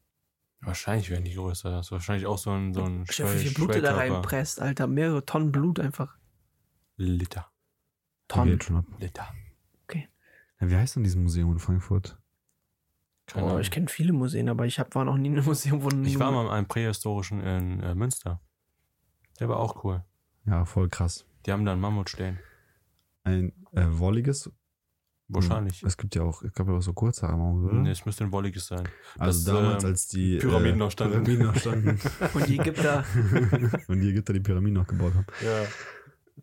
Wahrscheinlich werden die größer. Das ist wahrscheinlich auch so ein, so ein
Stell dir vor, wie viel Blut du da
Schwellkörper.
reinpresst, Alter. Mehrere Tonnen Blut einfach.
Liter.
Die
Tonnen.
geht schon ab.
Liter.
Ja, wie heißt denn dieses Museum in Frankfurt?
Keine
Boah,
Ahnung.
Oh, ich kenne viele Museen, aber ich hab, war noch nie in einem Museum, wo
Ich war mal in einem prähistorischen in äh, Münster. Der war auch cool.
Ja, voll krass.
Die haben da einen Mammut stehen.
Ein äh, wolliges.
Wahrscheinlich.
Es gibt ja auch, ich glaube, so kurze Arme, oder?
Nee, es müsste ein wolliges sein.
also
das,
damals,
äh,
als Hm? die
Pyramiden noch standen.
Pyramiden
*laughs*
noch standen. *laughs*
und die gibt da.
und die Ägypter die Pyramiden noch gebaut haben.
Ja.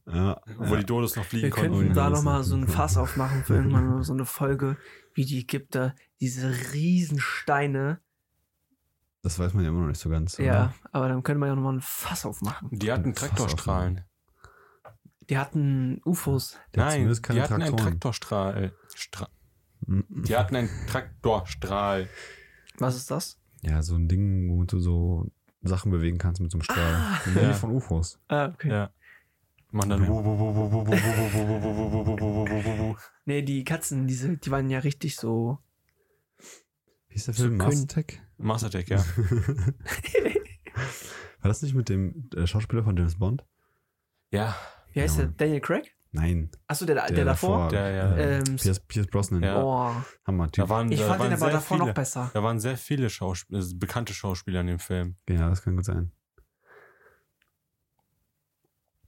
Ja,
Wo die Dodos noch fliegen
Wir
konnten.
könnten da nochmal so ein
Ungelesen.
Fass aufmachen für irgendwann mal so eine Folge, wie die Ägypter diese riesen Steine.
das weiß man ja immer noch nicht so ganz.
Ja, aber dann könnte man ja nochmal ein Fass aufmachen.
Die hatten
Fass
Traktorstrahlen.
Die hatten UFOs.
Der hat
Nein,
zumindest keine
die hatten einen
Traktoren.
Traktorstrahl. Stra
oder?
die hatten einen Traktorstrahl.
Was ist das?
Ja, so ein Ding, wo du so Sachen bewegen kannst mit so einem Strahl.
Ah.
Wie
Ja.
von UFOs.
Ah, okay.
Ja. Man dann.
Ja.
wu- wu- wu- wu- wu- wu- wu- wu- wu- wu- wu- wu- wu- wu- wu- wu- wu- wu.
Nee, die Katzen, diese, die waren ja richtig so.
Wie ist der
So
Film?
König-
Aztec?
Mass Attack, ja.
War das nicht mit dem äh, Schauspieler von James Bond?
Ja,
Wie heißt
Ja,
der?
Mann.
Daniel Craig?
Nein.
Achso, der, der, davor?
Ah, Der, ja.
äh,
Ähm,
Pierce, Pierce Brosnan. Oh.
Ja.
Boah.
da
Hammer-Typ.
waren,
Ich
da
fand
waren
den aber
sehr
davor
viele,
noch besser.
Da waren sehr viele Schausp äh, bekannte Schauspieler in dem Film.
Ja, das kann gut sein.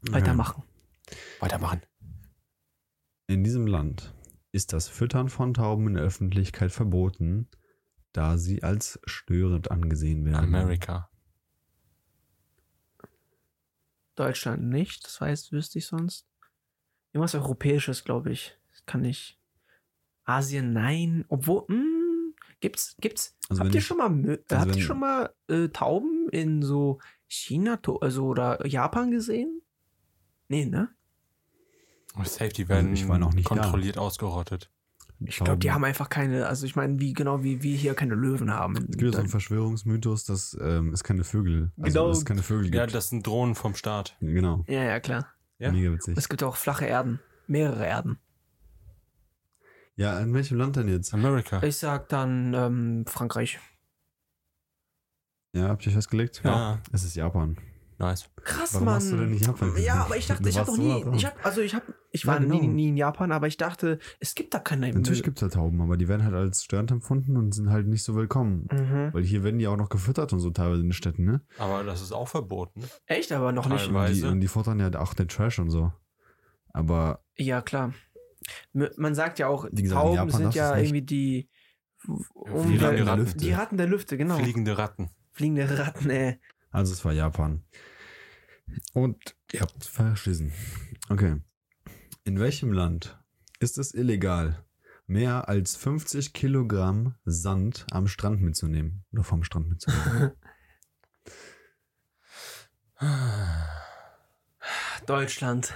Ähm,
Weitermachen.
Weitermachen.
In diesem Land ist das Füttern von Tauben in der Öffentlichkeit verboten, da sie als störend angesehen werden.
America.
Deutschland nicht, das heißt, wüsste ich sonst. Irgendwas Europäisches, glaube ich. Das kann ich. Asien, nein. Obwohl, mh, gibt's, gibt's.
Also
habt
wenn
ihr
ich-
schon mal, Mö-
also
habt ihr
wenn-
schon mal äh, Tauben in so China to- also, oder Japan gesehen? Nee, ne?
Und Oh, Safety werden
ich war noch nicht da.
kontrolliert ausgerottet.
Ich glaube, die
Tauben.
haben einfach keine, also ich meine, wie genau wie wir hier keine Löwen haben. in
Es gibt ja so einen
Deutschland.
Verschwörungsmythos, dass ähm, es keine Vögel, also
Genau.
dass es keine Vögel gibt.
Ja, das sind Drohnen vom Staat.
genau.
ja, ja, klar.
Ja.
Mega witzig.
Es gibt auch flache Erden. Mehrere Erden.
Ja, in welchem Land denn jetzt?
America.
Ich sag dann ähm, Frankreich.
Ja, habt ihr euch festgelegt?
genau.
Ja.
Es ist Japan.
Nice.
Krass,
Warum
Mann.
hast du denn nicht Japan gesehen?
Ja, aber ich dachte,
Du
ich habe
warst
noch
so nah
nie,
dran.
ich habe, also ich habe, ich
Ja,
war nie,
genau.
nie in Japan, aber ich dachte, es gibt da keine.
Natürlich gibt es da Tauben, aber die werden halt als störend empfunden und sind halt nicht so willkommen.
Mhm.
Weil hier werden die auch noch gefüttert und so teilweise in den Städten, ne?
Aber das ist auch verboten.
Echt, aber noch nicht.
Teilweise.
Und die,
Weise.
und die futtern ja auch den Trash und so. Aber
Ja, klar. M- Man sagt ja auch,
Wie gesagt, in
Tauben
Japan
sind
darfst du's
ja
nicht.
irgendwie die
Fliegen
Umwelt-
der Ratten.
die Ratten der Lüfte, genau.
Fliegende Ratten.
Fliegende Ratten, äh.
*sighs*
ey.
Also es war Japan. Und ihr habt verschissen. Okay. In welchem Land ist es illegal, mehr als 50 Kilogramm Sand am Strand mitzunehmen? Oder vom Strand mitzunehmen?
Deutschland.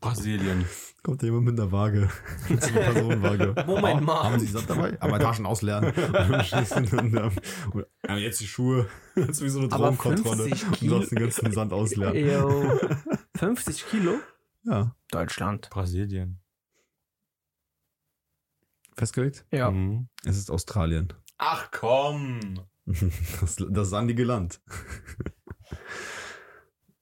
Brasilien.
*laughs* Kommt jemand mit einer Waage? *laughs* mit so einer Personenwaage. *laughs*
Moment
Ah,
mal.
Haben Sie Sand dabei? Aber Taschen *laughs* ausleeren. Und, ähm, und, ähm, jetzt die Schuhe. *laughs* Das ist wie so eine
Aber
*laughs* Drogenkontrolle.
50
Und du
Kilo.
*laughs* darfst den ganzen Sand ausleeren.
Yo. 50 Kilo?
Ja.
Deutschland.
Brasilien.
Festgelegt?
Ja.
Mhm.
Es ist Australien. *laughs*
Ach komm!
Das, das sandige Land.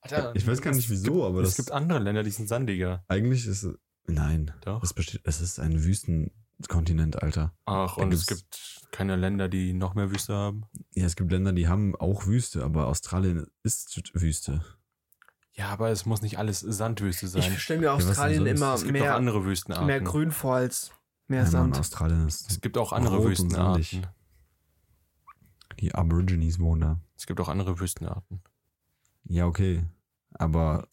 Alter,
Ich weiß gar nicht wieso, aber
Es
das
gibt andere Länder, die sind sandiger.
eigentlich ist. es- Nein.
Doch.
Es besteht. Es ist ein Wüstenkontinent, Alter.
Ach,
Da
und es
gibt's-
gibt keine Länder, die noch mehr Wüste haben.
Ja, es gibt Länder, die haben auch Wüste, aber Australien ist Wüste.
Ja, aber es muss nicht alles Sandwüste sein.
Ich stelle mir
was denn
Australien
sonst?
immer
es gibt auch
mehr,
andere Wüstenarten.
mehr grün vor als mehr
Ja, Mann,
Sand.
Australien ist.
Es gibt auch andere
Rot und
Wüstenarten.
sandig. Die Aborigines wohnen da.
Es gibt auch andere Wüstenarten.
Ja, okay. Aber,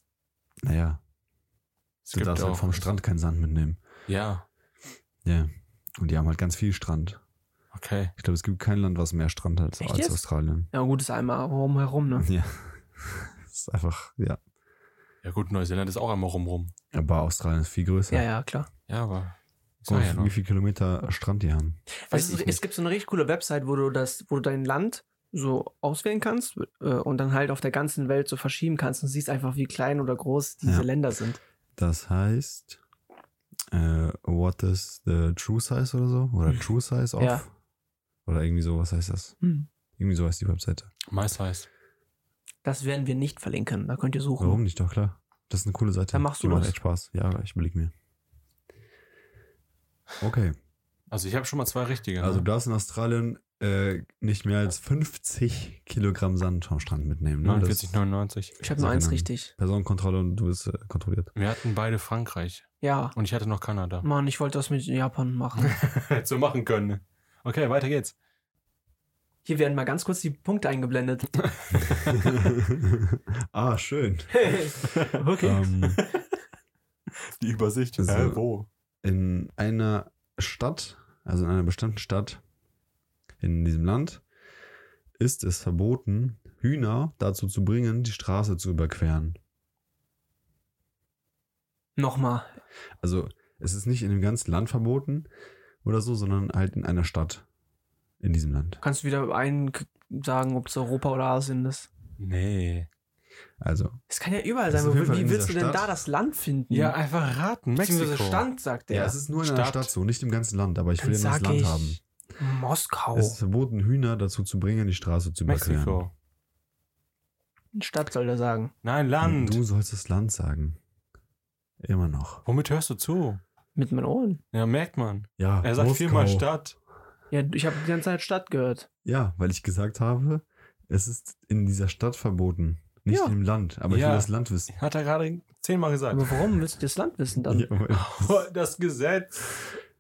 naja,
Es
du darfst halt vom Strand keinen Sand mitnehmen.
Ja,
Ja. Und die haben halt ganz viel Strand.
okay.
Ich glaube, es gibt kein Land, was mehr Strand hat
Echt
als
jetzt?
Australien.
Ja, gut, ist einmal herum,
*laughs*
ne?
Ja. Das ist einfach, ja.
Ja gut, Neuseeland ist auch einmal rum rum.
Aber Australien ist viel größer.
Ja, ja, klar.
Ja, aber. Ich
Guck
sag
mal,
ja
wie
noch.
viele Kilometer Strand die haben.
Weiß
es,
ich
ist,
nicht.
es gibt so eine richtig coole Website, wo du das, wo du dein Land so auswählen kannst äh, und dann halt auf der ganzen Welt so verschieben kannst und siehst einfach, wie klein oder groß diese
Ja.
Länder sind.
Das heißt, äh, what is the true size oder so? Oder true size of?
Hm. Ja.
Oder irgendwie so, was heißt das?
Hm.
Irgendwie so heißt die Webseite.
My size.
Das werden wir nicht verlinken, da könnt ihr suchen.
Warum nicht? Doch, klar. Das ist eine coole
Hm.
Seite.
Dann machst
Die
du
macht
das.
echt Spaß. Ja, ich überleg mir. Okay.
Also ich habe schon mal zwei richtige.
Genau.
Also
ne?
du darfst in Australien äh, nicht mehr als 50 Kilogramm Sand vom Strand mitnehmen. Ne? Das
49, 99.
Ich habe nur
Sag
eins
genau.
richtig.
Personenkontrolle und du bist äh,
*laughs*
kontrolliert. *laughs*
Wir hatten beide Frankreich.
Ja.
Und ich hatte noch Kanada.
Mann, ich wollte das mit Japan
*laughs*
machen.
*laughs* Hättest du machen können. ne? Okay, weiter geht's.
Hier werden mal ganz kurz die Punkte eingeblendet. *laughs*
ah, schön.
okay.
ähm,
Die Übersicht.
Also-
Äh, wo?
in einer Stadt, also in einer bestimmten Stadt in diesem Land, ist es verboten, Hühner dazu zu bringen, die Straße zu überqueren.
Nochmal.
Also es ist nicht in dem ganzen Land verboten oder so, sondern halt in einer Stadt in diesem Land.
Kannst du wieder einen k- sagen, ob es Europa oder Asien ist?
Nee.
Also
Es kann ja überall
Das
sein. aber
ist auf jeden Fall
Wie
in
willst du
dieser
denn da
Stadt.
das Land finden?
Ja, einfach raten.
Beziehungsweise
Mexiko.
Stand, sagt er.
ja, es ist nur in einer
Stadt.
Stadt so, nicht im ganzen Land, aber ich
Dann
will ja nur das
sag
Land
ich
haben.
Moskau.
Es ist verboten, Hühner dazu zu bringen, die Straße zu überqueren.
Mexiko.
Stadt soll er sagen.
Nein,
Und
Land.
du sollst das Land sagen. Immer noch.
Womit hörst du zu?
Mit meinen Ohren.
Ja, merkt man.
Ja,
Er sagt
Moskau.
viermal Stadt.
Ja, ich habe die ganze Zeit Stadt gehört.
Ja, weil ich gesagt habe, es ist in dieser Stadt verboten. Nicht
Ja.
im Land, aber ich
Ja.
will das Land wissen.
Hat er gerade zehnmal gesagt.
Aber warum willst du das Land wissen dann? Oh.
Ja, weil-
Das Gesetz.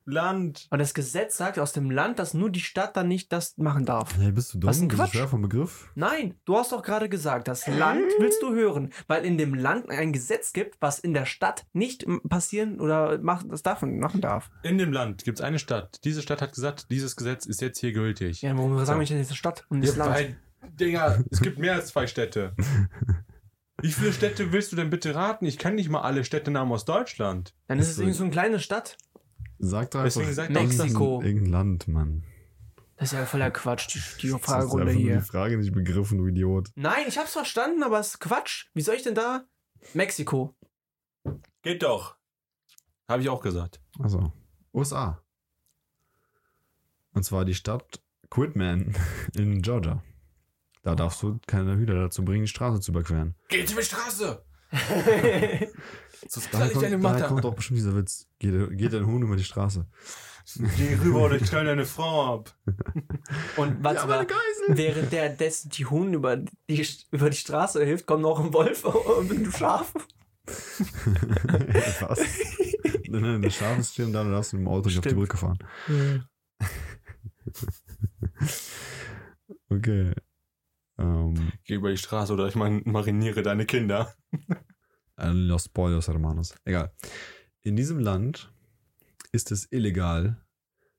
Land.
Und das Gesetz sagt aus dem Land, dass nur die Stadt dann nicht das machen darf.
hey, bist du dumm?
Was ein
Bist du
Quatsch.
schwer vom Begriff?
Nein, du hast doch gerade gesagt, das Land willst du hören, weil in dem Land ein Gesetz gibt, was in der Stadt nicht m- passieren oder machen, das darf und machen darf.
In dem Land gibt es eine Stadt. Diese Stadt hat gesagt, dieses Gesetz ist jetzt hier gültig.
Ja, warum sagen wir denn jetzt Stadt und das
Ja,
Land?
weil, Dinger, es gibt mehr als zwei *laughs* Städte. Wie viele Städte willst du denn bitte raten? Ich kenne nicht mal alle Städtenamen aus Deutschland.
Dann ist es irgendwie so eine kleine Stadt.
Sag doch
Deswegen
einfach
sagt er auch
Mexiko.
Irgendein Land, Mann.
Das ist ja voller Quatsch, die, die
Jetzt hast du
Fragerunde
einfach nur
hier.
Die Frage nicht begriffen, du Idiot.
Nein, ich hab's verstanden, aber es ist Quatsch. Wie soll ich denn da? Mexiko.
Geht doch. Habe ich auch gesagt.
Also, USA. Und zwar die Stadt Quitman *laughs* in Georgia. Da darfst du keine Hühner dazu bringen, die Straße zu überqueren.
Geh zur Straße! Sonst
Daher
knall ich deine
kommt, daher kommt
Mutter.
auch bestimmt dieser Witz. Geht, geht dein Huhn über die Straße.
Geh rüber oder ich knall deine Frau ab.
Und was aber
Geisel!
während der dessen die Huhn über die, über die Straße hilft, kommt noch ein Wolf *laughs* und ein Schaf.
Was? Nein, nein, der Schaf ist stehen, da darfst du mit dem Auto nicht auf die
Stimmt.
Brücke fahren.
Hm.
Okay. Ähm,
Geh über die Straße oder ich mein, mariniere deine Kinder.
an Los Pollos Hermanos. Egal. In diesem Land ist es illegal,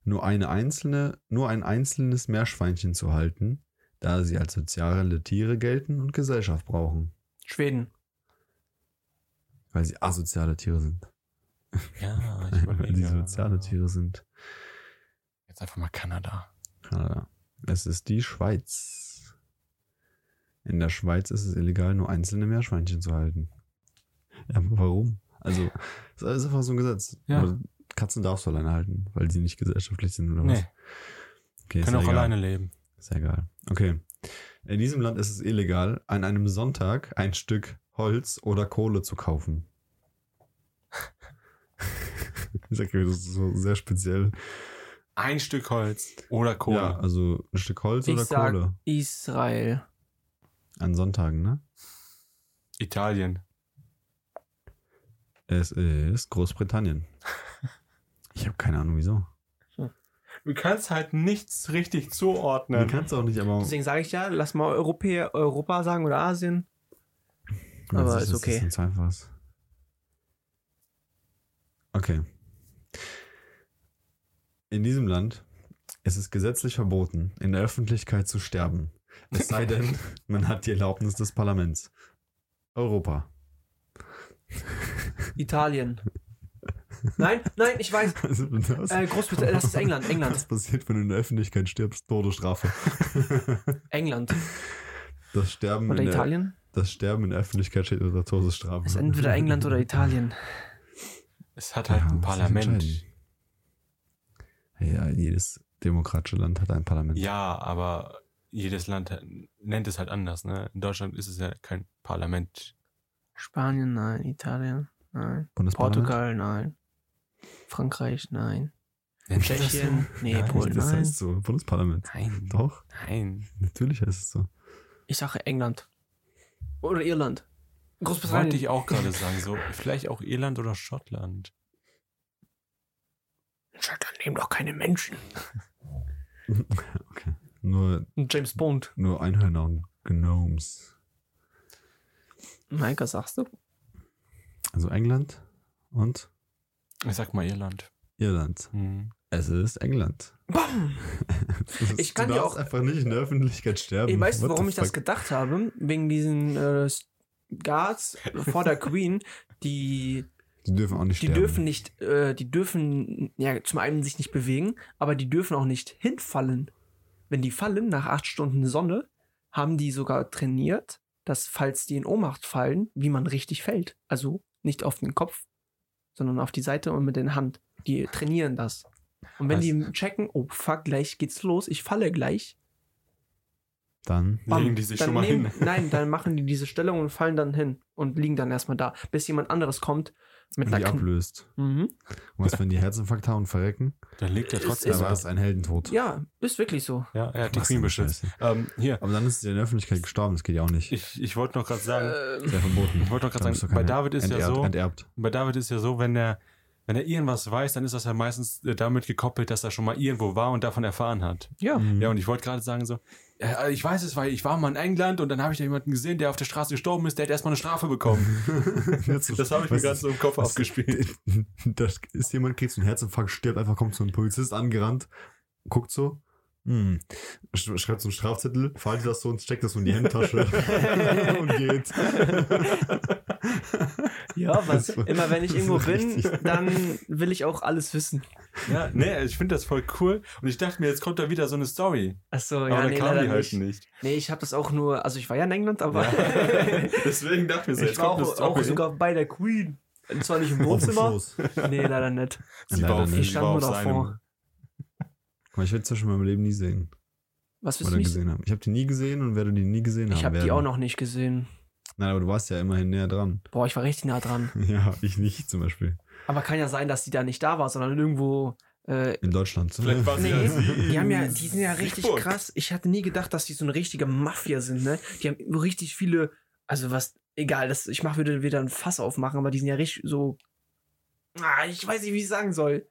nur eine einzelne, nur ein einzelnes Meerschweinchen zu halten, da sie als soziale Tiere gelten und Gesellschaft brauchen,
Schweden.
weil sie asoziale Tiere sind.
Ja,
*laughs* Weil sie soziale Tiere sind.
Jetzt einfach mal Kanada.
Kanada. Äh, Es ist die Schweiz. In der Schweiz ist es illegal, nur einzelne Meerschweinchen zu halten. Ja, aber warum? Also, das ist einfach so ein Gesetz.
Ja.
Aber Katzen darfst du alleine halten, weil sie nicht gesellschaftlich sind oder was.
Nee,
Okay,
können
ja
auch
egal.
alleine leben.
Ist ja egal. Okay. In diesem Land ist es illegal, an einem Sonntag ein Stück Holz oder Kohle zu kaufen. *laughs* ich sag ja, das ist so sehr speziell.
Ein Stück Holz oder Kohle.
Ja, also ein Stück Holz
Ich
oder
sag-
Kohle.
Israel.
An Sonntagen, ne?
Italien.
Es ist Großbritannien. Ich habe keine Ahnung, wieso.
Du kannst halt nichts richtig
Du
zuordnen.
kannst auch nicht, aber
Deswegen sage ich ja, lass mal Europäer, Europa sagen oder Asien. Aber
Das
ist
das
okay.
jetzt einfach was. Okay. In diesem Land ist es gesetzlich verboten, in der Öffentlichkeit zu sterben. Es sei
*laughs*
denn, man hat die Erlaubnis des Parlaments. Europa. *laughs*
Italien. Nein, nein, ich weiß.
Also, das,
Äh, Großbritannien, das ist England,
was
England,
passiert, wenn du in der Öffentlichkeit stirbst? Todesstrafe.
England.
Das Sterben,
Oder
in der,
Italien?
das Sterben in der Öffentlichkeit steht unter Todesstrafe.
Das ist entweder England
*laughs*
oder Italien.
Es hat halt ein
muss sich
Parlament.
entscheiden. Ja, jedes demokratische Land hat ein Parlament.
Ja, aber jedes Land nennt es halt anders. Ne? In Deutschland ist es ja kein Parlament.
Spanien, nein. Italien, nein.
Bundesparlament?
Portugal, nein. Frankreich,
*laughs*
nein.
Nennt man das so?
Tschechien, nee,
Nein,
Polen,
das
nein.
heißt so. Bundesparlament.
Nein.
Doch,
Nein.
natürlich heißt es so.
Ich sage England. Oder Irland.
Das wollte
Großbritannien.
ich auch gerade sagen. So, vielleicht auch Irland oder Schottland.
In Schottland leben doch keine Menschen.
Okay. Nur,
James Bond.
nur Einhörner und Gnomes.
Maika, sagst du?
Also England und
Ich sag mal Irland.
Irland.
Hm.
Es ist England.
Bam!
Es ist-
Ich kann
du
ja
darfst
auch-
einfach nicht in der Öffentlichkeit sterben.
Ich weiß,
Ähm, What
warum
the
ich das
fuck?
gedacht habe. Wegen diesen äh, Guards vor der Queen, die
Die dürfen auch nicht
Die
sterben.
dürfen nicht, äh, die dürfen ja zum einen sich nicht bewegen, aber die dürfen auch nicht hinfallen. Wenn die fallen nach acht Stunden Sonne, haben die sogar trainiert, dass falls die in Ohnmacht fallen, wie man richtig fällt. Also nicht auf den Kopf, sondern auf die Seite und mit den Hand. Die trainieren das. Und wenn die checken, oh fuck, gleich geht's los, ich falle gleich.
Dann.
bam,
Legen die sich
dann
schon mal
nehmen,
hin.
*laughs* Nein,
*laughs*
dann machen die diese Stellung und fallen dann hin und liegen dann erstmal da, bis jemand anderes kommt mit
Die
einer Kn
ablöst.
mhm.
Und was, wenn die Herzinfarkt haben und verrecken?
Dann liegt er trotzdem.
Dann war es ein Heldentod.
Ja, ist wirklich so.
Ja, er hat die
Was für
Queen
eine
beschützt.
Scheiße.
Ähm, hier,
Aber dann ist sie in der Öffentlichkeit gestorben, das geht ja auch nicht.
ich, ich wollte noch gerade sagen,
Ähm,
Ist ja verboten.
ich wollte noch
Dann
gerade
bist du
sagen, bei
keine-
David ist ja
enterbt,
so,
Enterbt.
bei David ist ja so, wenn er, wenn er irgendwas weiß, dann ist das ja meistens äh, damit gekoppelt, dass er schon mal irgendwo war und davon erfahren hat.
ja,
Mhm. *laughs*
Ja, und ich wollte gerade sagen so, äh, ich weiß es, weil ich war mal in England und dann habe ich da jemanden gesehen, der auf der Straße gestorben ist, der hat erstmal eine Strafe
*laughs*
bekommen. Das habe ich mir
Was
gerade
ist-
so im Kopf
was- *laughs*
abgespielt.
Da ist jemand, kriegt so einen Herzinfarkt, stirbt, einfach kommt so ein Polizist angerannt, guckt so, hm, sch- schreibt so einen Strafzettel, faltet das so und steckt das so in
*laughs*
die Hemdtasche und geht.
ja, was?
Das war-
Immer wenn ich
das
irgendwo
war
bin,
richtig.
dann will ich auch alles wissen.
Ja, nee, ich finde das voll cool und ich dachte mir, jetzt kommt da wieder so eine Story.
Achso,
Aber
Oh ja,
da
nee,
kam
leider
die halt
nicht.
nicht.
Nee, ich habe das auch nur, also ich war ja in England, aber
Ja.
*laughs*
*laughs* Deswegen dachte
Also
mir so,
ich
jetzt
war
kommt eine
auch, auch
Story.
sogar bei der Queen. Und zwar nicht im
Auf dem
Wohnzimmer.
Schoß.
Nee, leider nicht.
Sie
Leider
war auf,
nicht.
Ich
ich war
stand nur
auf
davor.
seinem.
Guck mal, ich werde zwischen meinem Leben nie sehen
Was willst du
oder
nicht?
gesehen haben. Ich habe die nie gesehen und werde die nie gesehen haben.
Ich habe die
werden.
auch noch nicht gesehen.
Nein, aber du warst ja immerhin
*laughs*
näher dran.
Boah, ich war richtig nah dran.
Ja, ich nicht zum Beispiel.
Aber kann ja sein, dass die da nicht da war, sondern irgendwo. Äh,
In Deutschland.
Vielleicht war
Nee,
sie ja sie
die haben ja,
in
die sind ja richtig
Siegburg.
krass. Ich hatte nie gedacht, dass die so eine richtige Mafia sind, ne? Die haben so richtig viele, also was, egal, das, ich mache wieder, wieder ein Fass aufmachen, aber die sind ja richtig so. Ah, ich weiß nicht, wie ich sagen soll.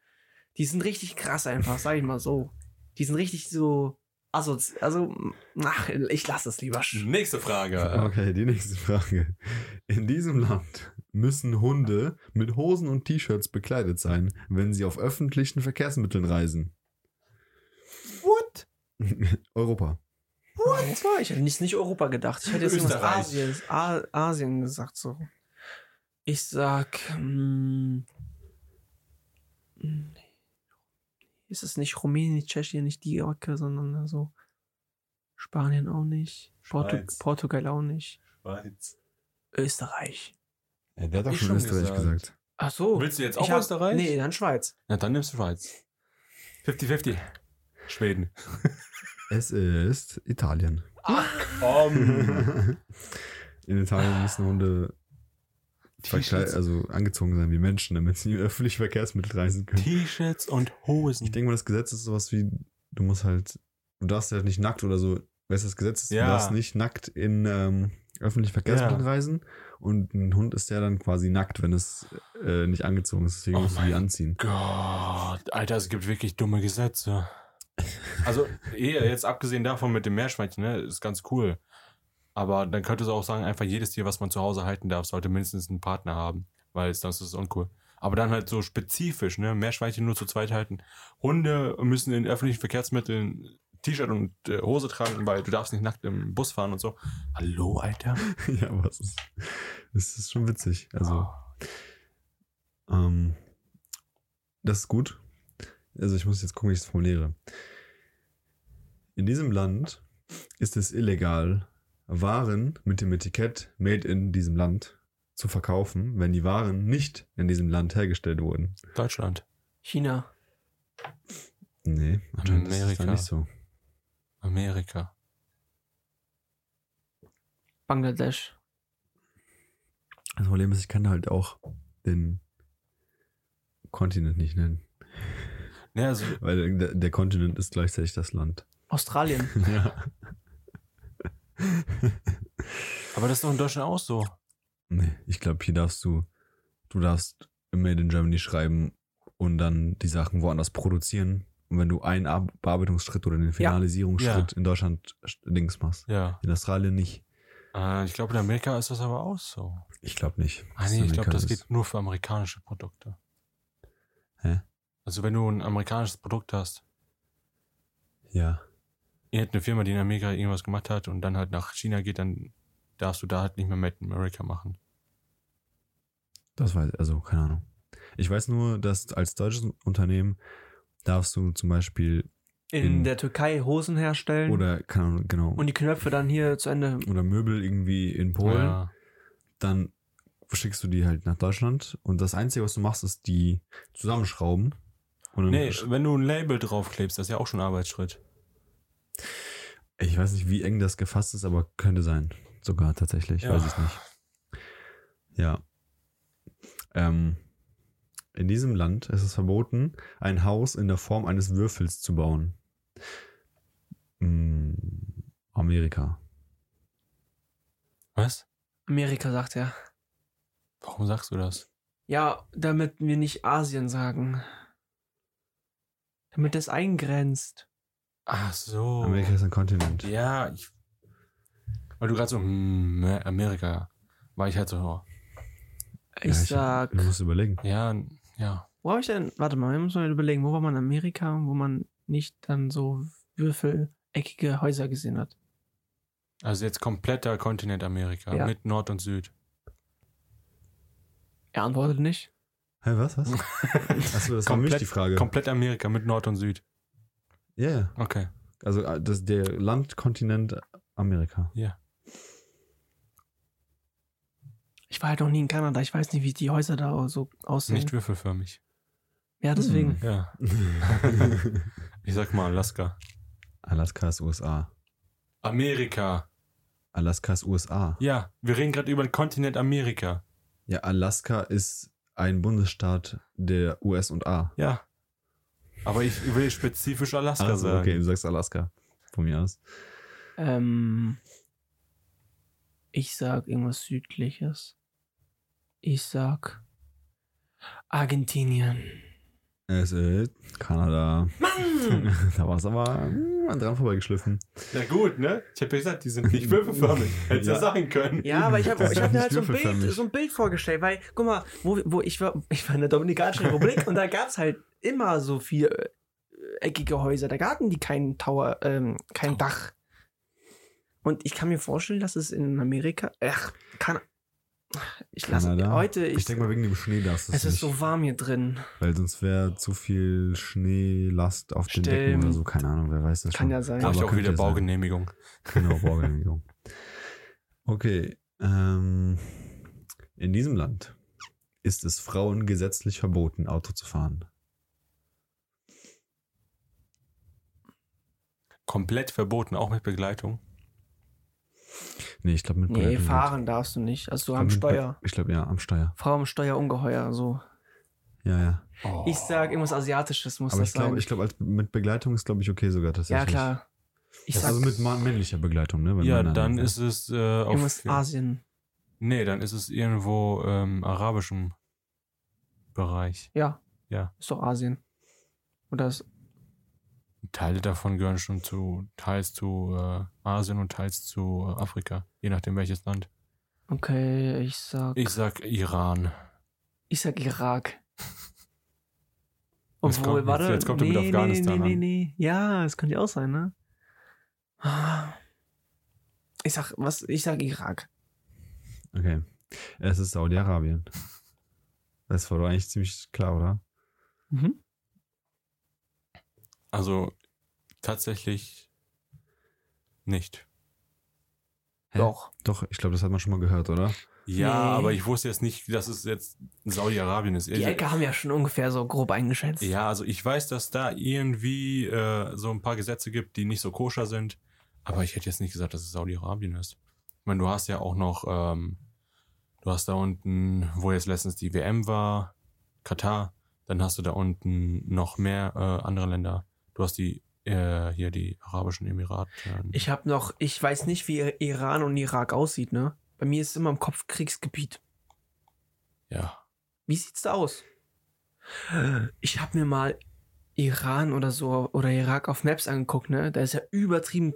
Die sind richtig krass einfach, sag ich mal so. Die sind richtig so. Also, also, ach, ich lasse es lieber.
Nächste Frage.
Okay, die nächste Frage. In diesem Land müssen Hunde mit Hosen und T-Shirts bekleidet sein, wenn sie auf öffentlichen Verkehrsmitteln reisen. *laughs*
What?
Europa.
Europa? Ich hätte nicht, nicht Europa gedacht. Ich hätte jetzt irgendwas
Österreich.
Asien, A Asien gesagt, so. Ich sag, hm, ist es nicht Rumänien, Tschechien, nicht die Ecke, sondern so Spanien auch nicht, Portu
Schweiz.
Portugal auch nicht,
Schweiz.
Österreich.
Ja, der hat
doch schon Österreich gesagt.
Ach so.
Willst du jetzt
Oh, ich
auch
hab-
Österreich?
Nee, dann Schweiz.
Na, dann nimmst du Schweiz. 50-50. Schweden.
Es ist
*laughs*
Italien.
Um.
In Italien müssen Hunde verkleid-
T-Shirts
also angezogen sein wie Menschen, damit sie in öffentliche Verkehrsmittel reisen können.
*laughs* T-Shirts und Hosen.
Ich denke mal, das Gesetz ist sowas wie, du musst halt, du darfst halt nicht nackt oder so, weißt du, das Gesetz ist,
Ja.
du darfst nicht nackt in ähm, öffentliche Verkehrsmittel
Ja.
reisen und ein Hund ist ja dann quasi nackt, wenn es äh, nicht angezogen ist, deswegen
Oh
musst du die
mein
anziehen. *laughs*
Gott, Alter, es gibt wirklich dumme Gesetze. Also, eh, jetzt abgesehen davon mit dem Meerschweinchen, ne, ist ganz cool. Aber dann könnte es auch sagen, einfach jedes Tier, was man zu Hause halten darf, sollte mindestens einen Partner haben, weil sonst ist es uncool. Aber dann halt so spezifisch, ne, Meerschweinchen nur zu zweit halten. Hunde müssen in öffentlichen Verkehrsmitteln T-Shirt und äh, Hose tragen, weil du darfst nicht nackt im Bus fahren und so. Hallo, Alter.
ja, aber es ist, es ist schon witzig. Also, ähm, das ist gut. Also ich muss jetzt gucken, wie ich es formuliere. In diesem Land ist es illegal, Waren mit dem Etikett Made in diesem Land zu verkaufen, wenn die Waren nicht in diesem Land hergestellt wurden.
Deutschland.
China.
Nee, anscheinend ist das da
Amerika.
nicht so.
Amerika.
Bangladesch.
Das Problem ist, ich kann halt auch den Kontinent nicht nennen,
Ne, also,
weil der- der Kontinent ist gleichzeitig das Land.
Australien.
*laughs*
ja.
aber das ist doch in Deutschland auch so.
Nee, ich glaube, hier darfst du, du darfst Made in Germany schreiben und dann die Sachen woanders produzieren. Und wenn du einen Ab- Bearbeitungsschritt oder den Finalisierungsschritt in Deutschland sch- links machst,
Ja.
in Australien nicht.
Äh, ich glaube, in Amerika ist das aber auch so.
Ich glaube nicht.
Ah, nee, ich glaube, das
Amerika
geht nur für amerikanische Produkte.
Hä?
Also, wenn du ein amerikanisches Produkt hast,
ist- Ja.
ihr hättet eine Firma, die in Amerika irgendwas gemacht hat und dann halt nach China geht, dann darfst du da halt nicht mehr Made in America machen.
Das weiß also keine Ahnung. Ich weiß nur, dass als deutsches Unternehmen darfst du zum Beispiel
In,
In-
der Türkei Hosen herstellen.
oder keine Ahnung genau
und die Knöpfe dann hier zu Ende.
oder Möbel irgendwie in Polen.
Oh Ja.
dann schickst du die halt nach Deutschland und das Einzige, was du machst, ist die zusammenschrauben. Und dann
Nee, ähm, wenn du ein Label draufklebst, das ist ja auch schon ein Arbeitsschritt.
ich weiß nicht, wie eng das gefasst ist, aber könnte sein. Sogar tatsächlich,
Ja.
weiß ich nicht. Ja. Ähm, in diesem Land ist es verboten, ein Haus in der Form eines Würfels zu bauen. Hm, Amerika.
Was?
Amerika sagt er.
Warum sagst du das?
Ja, damit wir nicht Asien sagen. Damit das eingrenzt.
Ach so.
Amerika ist ein Kontinent.
Oh. Ja, ich. Weil du gerade so, hm, Amerika, war ich halt so, oh,
Ich
Ja,
sag.
Du musst überlegen.
ja, ja.
Wo habe ich denn. Warte mal, wir müssen mal überlegen, wo war man in Amerika, wo man nicht dann so würfeleckige Häuser gesehen hat.
Also jetzt kompletter Kontinent Amerika
Ja.
mit Nord und Süd.
Er antwortet nicht.
Hä, was,
*laughs*
was? Achso, das war mich
Komplett-
die Frage.
Komplett Amerika mit Nord und Süd.
Ja, ja.
Okay.
Also äh, das, der Landkontinent Amerika.
*laughs*
Ich war halt noch nie in Kanada. Ich weiß nicht, wie die Häuser da so aussehen.
Nicht würfelförmig.
ja, deswegen.
Hm.
Ja. Ich sag mal Alaska.
Alaska ist USA.
Amerika.
Alaska ist USA.
Ja, wir reden gerade über den Kontinent Amerika.
Ja, Alaska ist ein Bundesstaat der US und A.
Ja. Aber ich will spezifisch Alaska
Also,
sagen.
okay, du sagst Alaska. Von mir aus.
Ähm, ich sag irgendwas Südliches. Ich sag Argentinien.
Es ist Kanada.
Mann!
*laughs* da war es aber mm, dran vorbeigeschliffen.
Ja gut, ne? Ich habe ja gesagt, die
*laughs*
sind nicht
würfelförmig. Hätt's ja Ja.
sagen können.
Ja, aber ich habe
*laughs* Das
ich
ist
hab mir
nicht
halt so ein, Bild,
würfelförmig.
so ein Bild vorgestellt, weil, guck mal, wo, wo ich war, ich war in der Dominikanischen Republik und da gab es halt immer so vier äh, eckige Häuser. Da hatten die keinen Tower, ähm, kein Dach. Und ich kann mir vorstellen, dass es in Amerika, ach, kann, ich lasse
Kanada.
heute,
Ich,
ich,
denke mal, wegen dem Schnee darfst du es
es ist
nicht.
so warm hier drin.
weil sonst wäre zu viel Schneelast auf den Decken oder
Stimmt.
so. Keine Ahnung, wer weiß das
Kann
schon.
ja sein.
Brauche ich
Aber
auch
könnte
wieder
ja sein.
Baugenehmigung.
Genau, Baugenehmigung. Okay. Ähm, in diesem Land ist es Frauen gesetzlich verboten, Auto zu fahren.
Komplett verboten, auch mit Begleitung.
Nee, ich glaube mit
Nee,
Begleitung nicht.
fahren darfst du nicht. Also
Ich
am
glaub, mit Be-
Steuer.
Ich glaube, ja, am Steuer.
Frau am Steuer ungeheuer, so.
Ja, ja.
Ich sag, irgendwas Asiatisches muss
Aber
das
ich glaube,
sein.
ich glaube, als mit Begleitung ist, glaube ich, okay sogar tatsächlich.
ja, klar. Ich sag,
also mit ma- männlicher Begleitung, ne? Wenn
Ja,
Männer-
dann ist es äh, auf.
irgendwas Asien.
Nee, dann ist es irgendwo ähm, arabischem Bereich.
Ja.
Ja.
Ist doch Asien. Oder ist,
Teile davon gehören schon zu, teils zu äh, Asien und teils zu äh, Afrika, je nachdem welches Land.
okay, ich sag, ich,
Ich sag Iran.
sag Irak.
Jetzt kommt-
Obwohl,
jetzt-
warte,
jetzt kommt er mit Afghanistan
nee, nee,
an.
nee. Ja, das könnte ja auch sein, ne? Ah. Ich sag, was, ich sag Irak.
Okay. Es ist Saudi-Arabien. Das war doch eigentlich ziemlich klar, oder?
Mhm.
Also tatsächlich nicht.
Hä?
Doch.
Doch, ich glaube, das hat man schon mal gehört, oder?
Ja,
Nee.
aber ich wusste jetzt nicht, dass es jetzt Saudi-Arabien ist.
Die Ecke haben ja schon ungefähr so grob eingeschätzt.
Ja, also ich weiß, dass da irgendwie äh, so ein paar Gesetze gibt, die nicht so koscher sind. Aber ich hätte jetzt nicht gesagt, dass es Saudi-Arabien ist. Ich meine, du hast ja auch noch, ähm, du hast da unten, wo jetzt letztens die WM war, Katar, dann hast du da unten noch mehr äh, andere Länder. Du hast die, äh, hier die Arabischen Emirate.
Ich habe noch, ich weiß nicht, wie Iran und Irak aussieht, ne? Bei mir ist es immer im Kopf Kriegsgebiet.
ja.
Wie sieht's da aus? Ich habe mir mal Iran oder so oder Irak auf Maps angeguckt, ne? Da ist ja übertrieben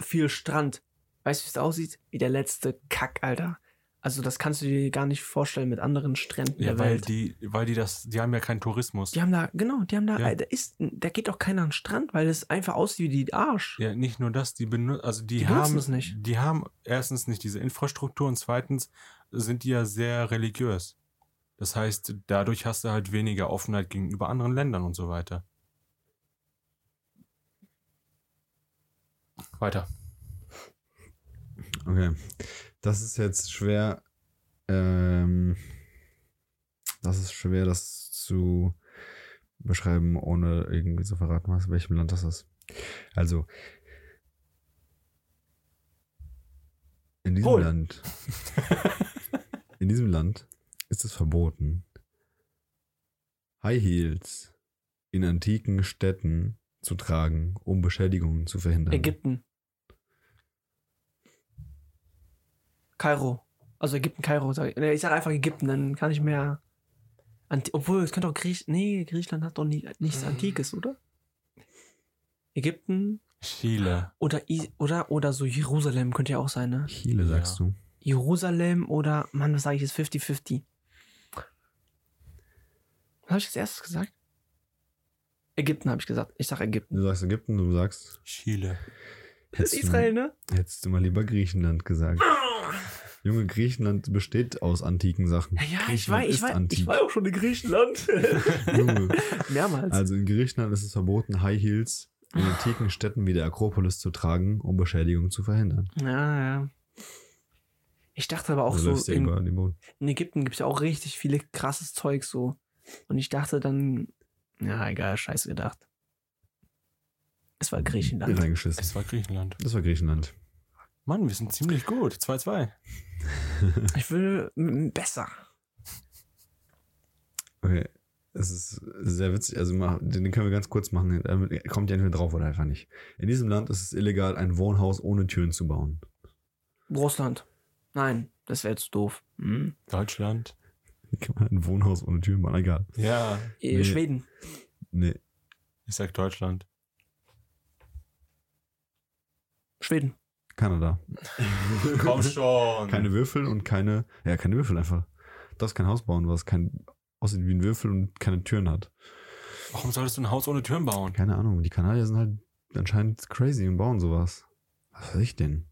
viel Strand. Weißt du, wie es da aussieht? Wie der letzte Kack, Alter. Also das kannst du dir gar nicht vorstellen mit anderen Stränden
Ja,
der
weil
Welt. Die,
die, weil die das, die haben ja keinen Tourismus.
haben da, genau, die haben da,
Ja.
da ist, da geht doch keiner an den Strand, weil es einfach aussieht wie die Arsch.
Ja, nicht nur das, die benutzen, also die,
Die benutzen
haben
es nicht.
Die haben erstens nicht diese Infrastruktur und zweitens sind die ja sehr religiös. Das heißt, dadurch hast du halt weniger Offenheit gegenüber anderen Ländern und so weiter. Weiter.
Okay. Das ist jetzt schwer. Ähm, das ist schwer, das zu beschreiben, ohne irgendwie zu verraten, aus welchem Land das ist. Also. In diesem
Polen. *laughs*
Land. in diesem Land ist es verboten, High Heels in antiken Städten zu tragen, um Beschädigungen zu verhindern.
Ägypten. Kairo. Also Ägypten, Kairo. Sag ich. Nee, ich sage einfach Ägypten, dann kann ich mehr. Anti Obwohl, es könnte auch Griech. Nee, Griechenland hat doch nie, nichts
Mhm.
Antikes, oder? Ägypten
Chile.
oder, I oder, oder so Jerusalem könnte ja auch sein, ne?
Chile, sagst du?
Jerusalem oder, Mann, was sage ich jetzt? 50-50. Was habe ich als erstes gesagt? Ägypten habe ich gesagt. Ich sage Ägypten.
Du sagst Ägypten, du sagst.
Das
Chile.
ist
Hättest du-
Israel, ne?
Hättest du mal lieber Griechenland gesagt. Junge, Griechenland besteht aus antiken Sachen.
Ja, ich war,
Griechenland
ich,
ist
war,
antik.
ich war auch schon in
*laughs*
Griechenland. *laughs*
Junge,
Mehrmals.
also in Griechenland ist es verboten, High Heels in antiken Städten wie der Akropolis zu tragen, um Beschädigungen zu verhindern.
ja, ja. Ich dachte aber auch
du läufst
so,
ja
in,
überall den Boden.
in Ägypten gibt es ja auch richtig viele krasses Zeug so. Und ich dachte dann, ja, egal, scheiß gedacht. Es war Griechenland.
Reingeschissen.
Es war Griechenland.
Das war Griechenland.
Mann, wir sind ziemlich gut. 2-2.
Ich will m- besser.
Okay. Es ist sehr witzig, also mach, den können wir ganz kurz machen. Damit kommt ihr entweder drauf oder einfach nicht. In diesem Land ist es illegal, ein Wohnhaus ohne Türen zu bauen. *laughs*
Russland. Nein, das wäre jetzt doof. Hm?
Deutschland.
Wie kann man ein Wohnhaus ohne Türen bauen? Egal.
Ja.
Äh,
Nee.
Schweden.
Nee,
Ich sag *laughs* Deutschland.
Schweden.
Kanada.
Komm schon.
Keine Würfel und keine, ja, keine Würfel einfach. Du darfst kein Haus bauen, was kein, aussieht wie ein Würfel und keine Türen hat.
Warum solltest du ein Haus ohne Türen bauen?
Keine Ahnung, die Kanadier sind halt anscheinend crazy und bauen sowas. Was weiß ich denn?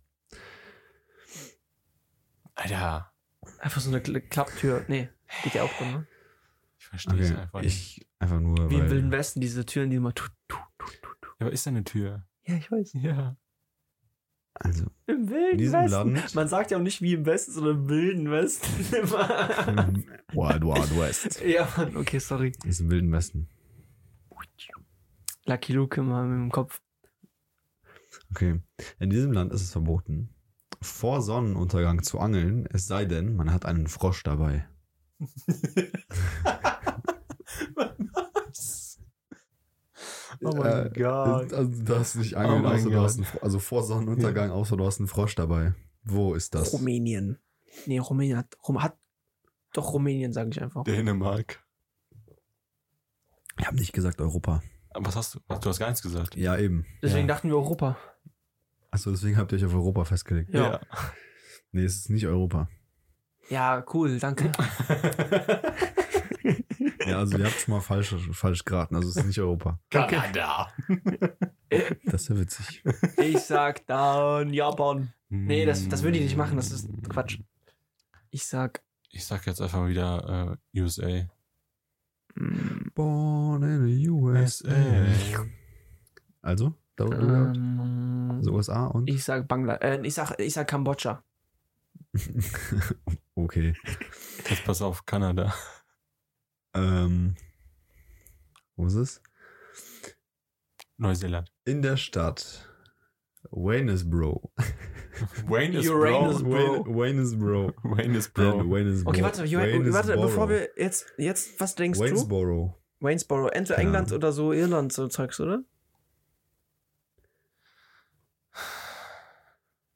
Alter.
Einfach so eine Kla- Klapptür. Nee, geht ja auch drin, ne?
Ich verstehe es
Okay,
einfach nicht.
ich einfach nur,
Wie im Wilden
weil
Westen, diese Türen, die immer tut.
Ja, Aber ist da eine Tür?
Ja, ich weiß.
Ja.
Also,
Im
in
Wilden
diesem Land,
*laughs* Man sagt ja auch nicht wie im Westen, sondern im Wilden Westen. *laughs* Immer.
im *laughs* Wild Wild West,
ja, Mann, okay, sorry.
ist im Wilden Westen.
Lucky Luke immer mit dem Kopf.
Okay. In diesem Land ist es verboten, vor Sonnenuntergang zu angeln, es sei denn, man hat einen Frosch dabei.
*laughs* Oh mein
Äh,
Gott. Oh
Also, du darfst nicht
angeln, außer du hast
also vor Sonnenuntergang, außer du hast einen Frosch dabei. Wo ist das?
Rumänien. Nee, Rumänien hat, Rum, hat doch Rumänien, sage ich einfach.
Dänemark.
Ich habe nicht gesagt Europa.
Was hast du? Du hast gar nichts gesagt.
Ja, eben.
Deswegen
ja.
dachten wir Europa.
Achso, deswegen habt ihr euch auf Europa festgelegt.
Ja.
Nee, es ist nicht Europa.
Ja, cool, danke.
Ja, also ihr habt schon mal falsch, falsch geraten. Also es ist nicht Europa.
Kanada.
Das ist ja witzig.
Ich sag dann Japan. Nee, das, das würde ich nicht machen, das ist Quatsch. Ich sag.
Ich sag jetzt einfach wieder äh, USA.
mm,
Born in the USA. Äh. Also? Da, da-
Ähm,
also USA und?
ich sag Bangla. Äh, ich sag, ich sag Kambodscha.
*laughs* okay.
Jetzt pass auf, Kanada. *laughs*
Ähm, wo ist es?
Neuseeland.
In der Stadt Waynesboro.
Wayne is
Uranus.
bro.
Bro.
Wayne- Waynesboro.
Wayne is
Nein,
bro.
Waynesboro.
Okay, warte, ich,
Waynesboro.
warte, bevor wir jetzt, jetzt, was denkst du?
Waynesboro.
Waynesboro, entweder
Keine
England
Ahnung.
oder so Irland, so Zeugs, oder?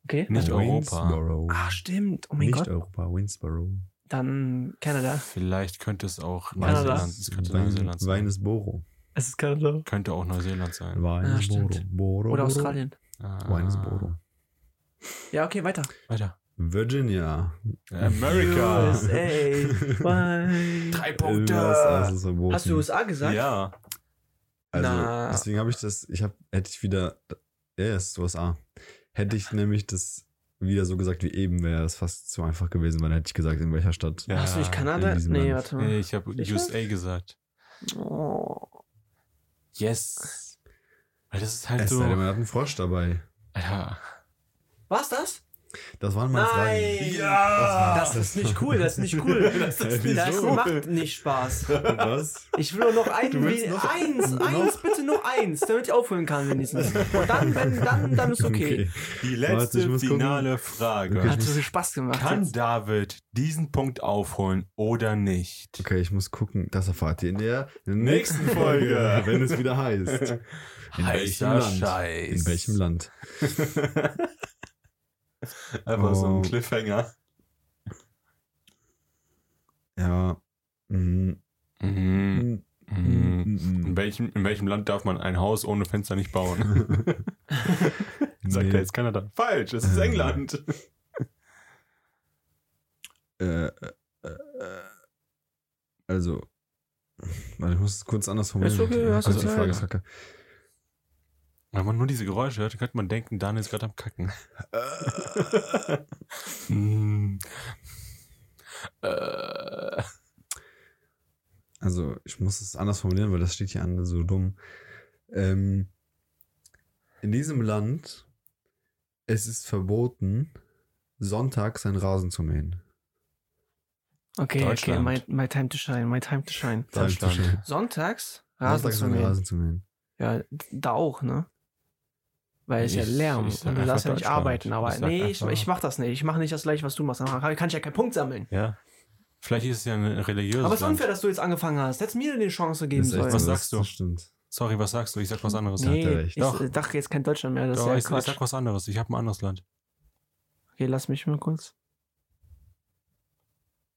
Okay.
Nicht Europa.
Waynesboro.
Ah, stimmt. Oh mein
Nicht
Gott.
Europa, Waynesboro.
Dann Kanada.
Vielleicht könnte es auch
Kanada.
Neuseeland. Es könnte Neuseeland sein.
Waynesboro.
Es ist Kanada.
Könnte auch Neuseeland sein.
Ah,
Waynesboro.
stimmt.
Boro, Boro.
Oder Australien.
Ah,
Waynesboro.
Ja, okay, weiter.
Weiter.
Virginia.
America.
USA.
*laughs*
Why?
Drei
Irgendwas ist verboten.
Hast du USA gesagt?
Ja.
Also,
Na.
deswegen habe ich das, ich habe, hätte ich wieder, ja, es ist USA. Hätte ich nämlich das wieder so gesagt wie eben, wäre das fast zu einfach gewesen, weil dann hätte ich gesagt, in welcher Stadt.
ja.
Hast du nicht
in
Kanada?
diesem
Nee,
Land.
warte mal.
Nee, ich habe
Sicher?
USA gesagt.
Oh.
Yes. Weil das ist halt
Es
so.
sei denn, man hat einen Frosch dabei.
Alter.
War's das?
Das waren meine
Nein! *laughs*
Fragen.
Ja!
Was
Das
war
ist nicht cool, das ist nicht
*laughs*
cool.
Das ist
nicht
Das
cool.
macht nicht Spaß.
Was?
Ich will nur noch ein,
Du willst
wie-
noch-
*laughs*
eins,
noch-
eins, bitte nur eins, damit ich aufholen kann wenigstens. Und dann, wenn, dann, dann ist okay.
Warte,
Die
ich
letzte
muss gucken.
finale Frage.
Okay, ich
Hat so viel Spaß gemacht.
Kann
jetzt.
David diesen Punkt aufholen oder nicht?
Okay, ich muss gucken. Das erfahrt ihr in der
Nächsten
nächsten Folge, wenn es wieder heißt.
*laughs*
In welchem
Heißer
Land?
Scheiß.
In welchem
*laughs*
Land?
Einfach so
Oh.
ein Cliffhanger.
Ja. Mhm.
Mhm.
Mhm.
Mhm.
Mhm.
In, welchem, in welchem Land darf man ein Haus ohne Fenster nicht *laughs* bauen? Sagt
Nee.
er jetzt Kanada. Falsch, es ist
Ähm.
England.
Äh, äh, äh, also, *laughs* warte, ich muss es kurz anders formulieren.
Ist okay, hast
also,
du
die Frage
Zeit.
ist kacke.
Wenn man nur diese Geräusche hört, könnte man denken, Daniel ist gerade am Kacken. Äh. *laughs* Mm. Äh.
Also, ich muss es anders formulieren, weil das steht hier an so dumm. Ähm, in diesem Land es ist verboten, sonntags seinen Rasen zu mähen.
Okay, okay,
Deutschland.
my, my time to shine, my time to shine.
Deutschland.
Sonntags? Rasen
Sonntags
zu
seinen
mähen.
Rasen zu mähen.
Ja, da auch, ne? Weil es ja
Ich-
Lärm
ich
ist
sag
und du
einfach
darfst ja nicht
Deutschland.
arbeiten, aber
Ich sag
nee, ich,
einfach-
ich mach das nicht. Ich mache nicht das gleiche, was du machst. Dann kann ich ja keinen Punkt sammeln.
Ja. Vielleicht ist es ja ein religiöses
aber es ist
Land.
unfair, dass du jetzt angefangen hast. Hättest mir eine Chance geben
Das ist echt
sollen.
so,
Was
das-
sagst du?
Das stimmt.
Sorry, was sagst du? Ich sag was anderes.
hat
Nee,
er recht.
ich
Doch.
äh, dachte jetzt kein Deutschland mehr. Das
Doch, ich,
ist ja
ich
Quatsch.
sag was anderes. Ich habe ein anderes Land.
Okay, lass mich mal kurz.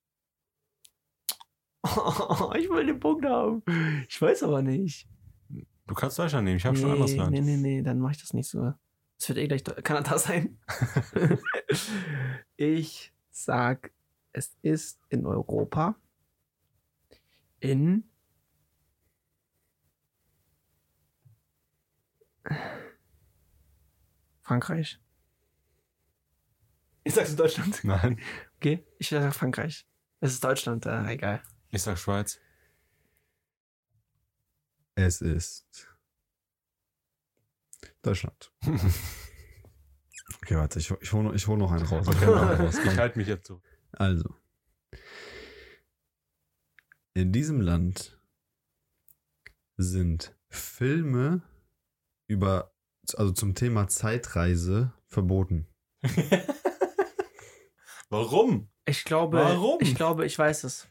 *laughs* Oh, ich will den Punkt haben. Ich weiß aber nicht.
Du kannst Deutschland nehmen. Ich habe schon ein anderes Land.
Nee, nee, nee, dann mach ich das nicht so. Es wird eh gleich Deu- Kanada sein.
*laughs*
ich sag, es ist in Europa. In. Frankreich. Ich sag's in Deutschland.
*laughs* Nein.
Okay, ich sag Frankreich. Es ist Deutschland, äh, egal.
Ich sag Schweiz.
Es
*laughs*
ist Deutschland. Okay, warte, ich, ich hole ich hol noch einen
*laughs*
raus. Ich
Okay,
hol noch einen raus.
ich
Komm.
halte mich jetzt so.
Also. In diesem Land sind Filme über, also zum Thema Zeitreise verboten.
*laughs* Warum?
Ich glaube,
Warum?
ich glaube, ich weiß es.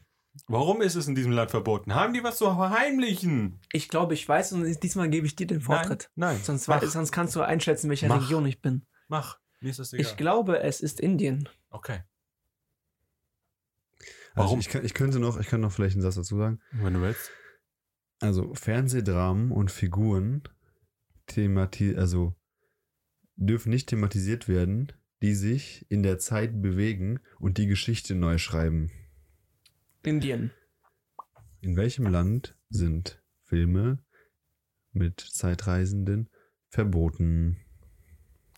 Warum ist es in diesem Land verboten? Haben die was zu verheimlichen?
Ich glaube, ich weiß es und diesmal gebe ich dir den Vortritt.
Nein, nein.
Sonst,
mach,
wei- sonst kannst du einschätzen, welcher
Mach.
Region ich bin.
mach. Mir ist das egal.
Ich glaube, es ist Indien.
okay.
Also
Warum?
ich, kann, ich könnte noch, ich kann noch vielleicht einen Satz dazu sagen.
Wenn du willst.
Also Fernsehdramen und Figuren themati also dürfen nicht thematisiert werden, die sich in der Zeit bewegen und die Geschichte neu schreiben.
Indien.
In welchem Land sind Filme mit Zeitreisenden verboten?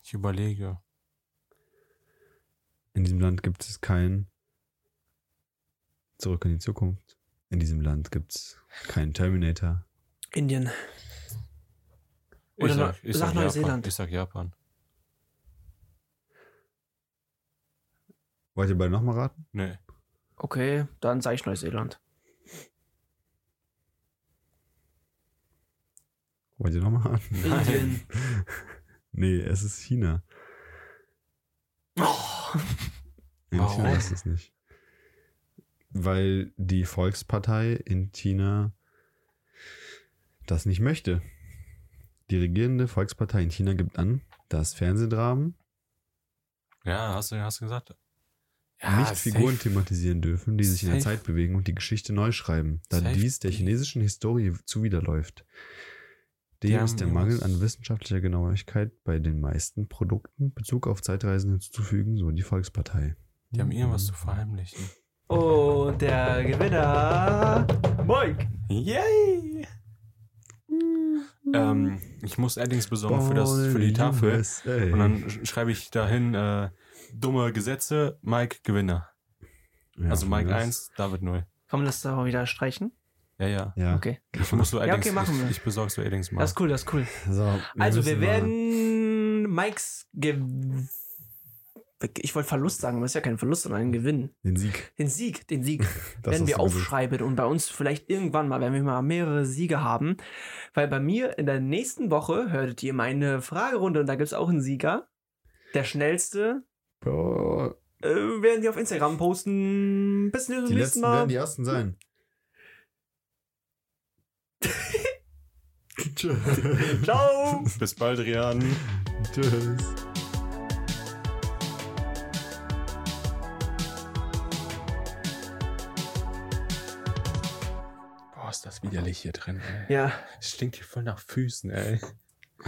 Ich überlege.
In diesem Land gibt es kein Zurück in die Zukunft. In diesem Land gibt es keinen Terminator.
Indien.
Ich
Oder
sag,
Neu-
ich
sag
sag Japan.
Neuseeland.
Ich sag Japan.
Wollt ihr beide nochmal raten?
Nee.
Okay, dann sage ich Neuseeland.
Wollt ihr nochmal raten? *laughs*
Indien.
Nee, es ist China.
Oh.
In
Warum?
China ist es nicht. Weil die Volkspartei in China das nicht möchte. Die regierende Volkspartei in China gibt an, dass Fernsehdramen
Ja, hast du, hast du gesagt?
nicht Figuren thematisieren dürfen, die sich in der
Safe.
Zeit bewegen und die Geschichte neu schreiben, da
Safe.
dies der chinesischen Historie zuwiderläuft.
Die
Dem
haben
ist der
mir
Mangel
was-
an wissenschaftlicher Genauigkeit bei den meisten Produkten Bezug auf Zeitreisen hinzuzufügen, so die Volkspartei.
Die haben irgendwas zu verheimlichen.
Und Oh, der Gewinner. Mike.
Yay!
Hm.
Ähm, ich muss Addings besorgen für, das, für die
Ball
Tafel.
USA.
Und dann sch- schreibe ich dahin äh, dumme Gesetze, Mike Gewinner.
Ja,
also Mike
das-
1, David 0.
Komm, lass da mal wieder streichen.
Ja, ja.
Ja.
Okay.
Ich muss so
Ja,
Addings,
okay, machen wir.
ich, ich besorge so Addings mal.
Das ist cool, das ist cool.
So, wir
also, wir
müssen mal-
werden Mikes Gewinn. Ich wollte Verlust sagen, aber es ist ja kein Verlust, sondern ein Gewinn.
den Sieg.
Den Sieg, den Sieg.
Das
werden
hast
wir
du gesagt.
aufschreiben und bei uns vielleicht irgendwann mal, wenn wir mal mehrere Siege haben. Weil bei mir in der nächsten Woche hörtet ihr meine Fragerunde und da gibt es auch einen Sieger. Der schnellste
Bro,
äh, werden die auf Instagram posten. Bis zum
die
nächsten
letzten werden
Mal.
die ersten sein. Tschö. *laughs*
Ciao.
Bis bald, Rian.
Tschüss.
Boah, ist das widerlich hier drin, ey.
Ja.
Es stinkt hier voll nach Füßen, ey.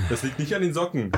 Das liegt nicht an den Socken.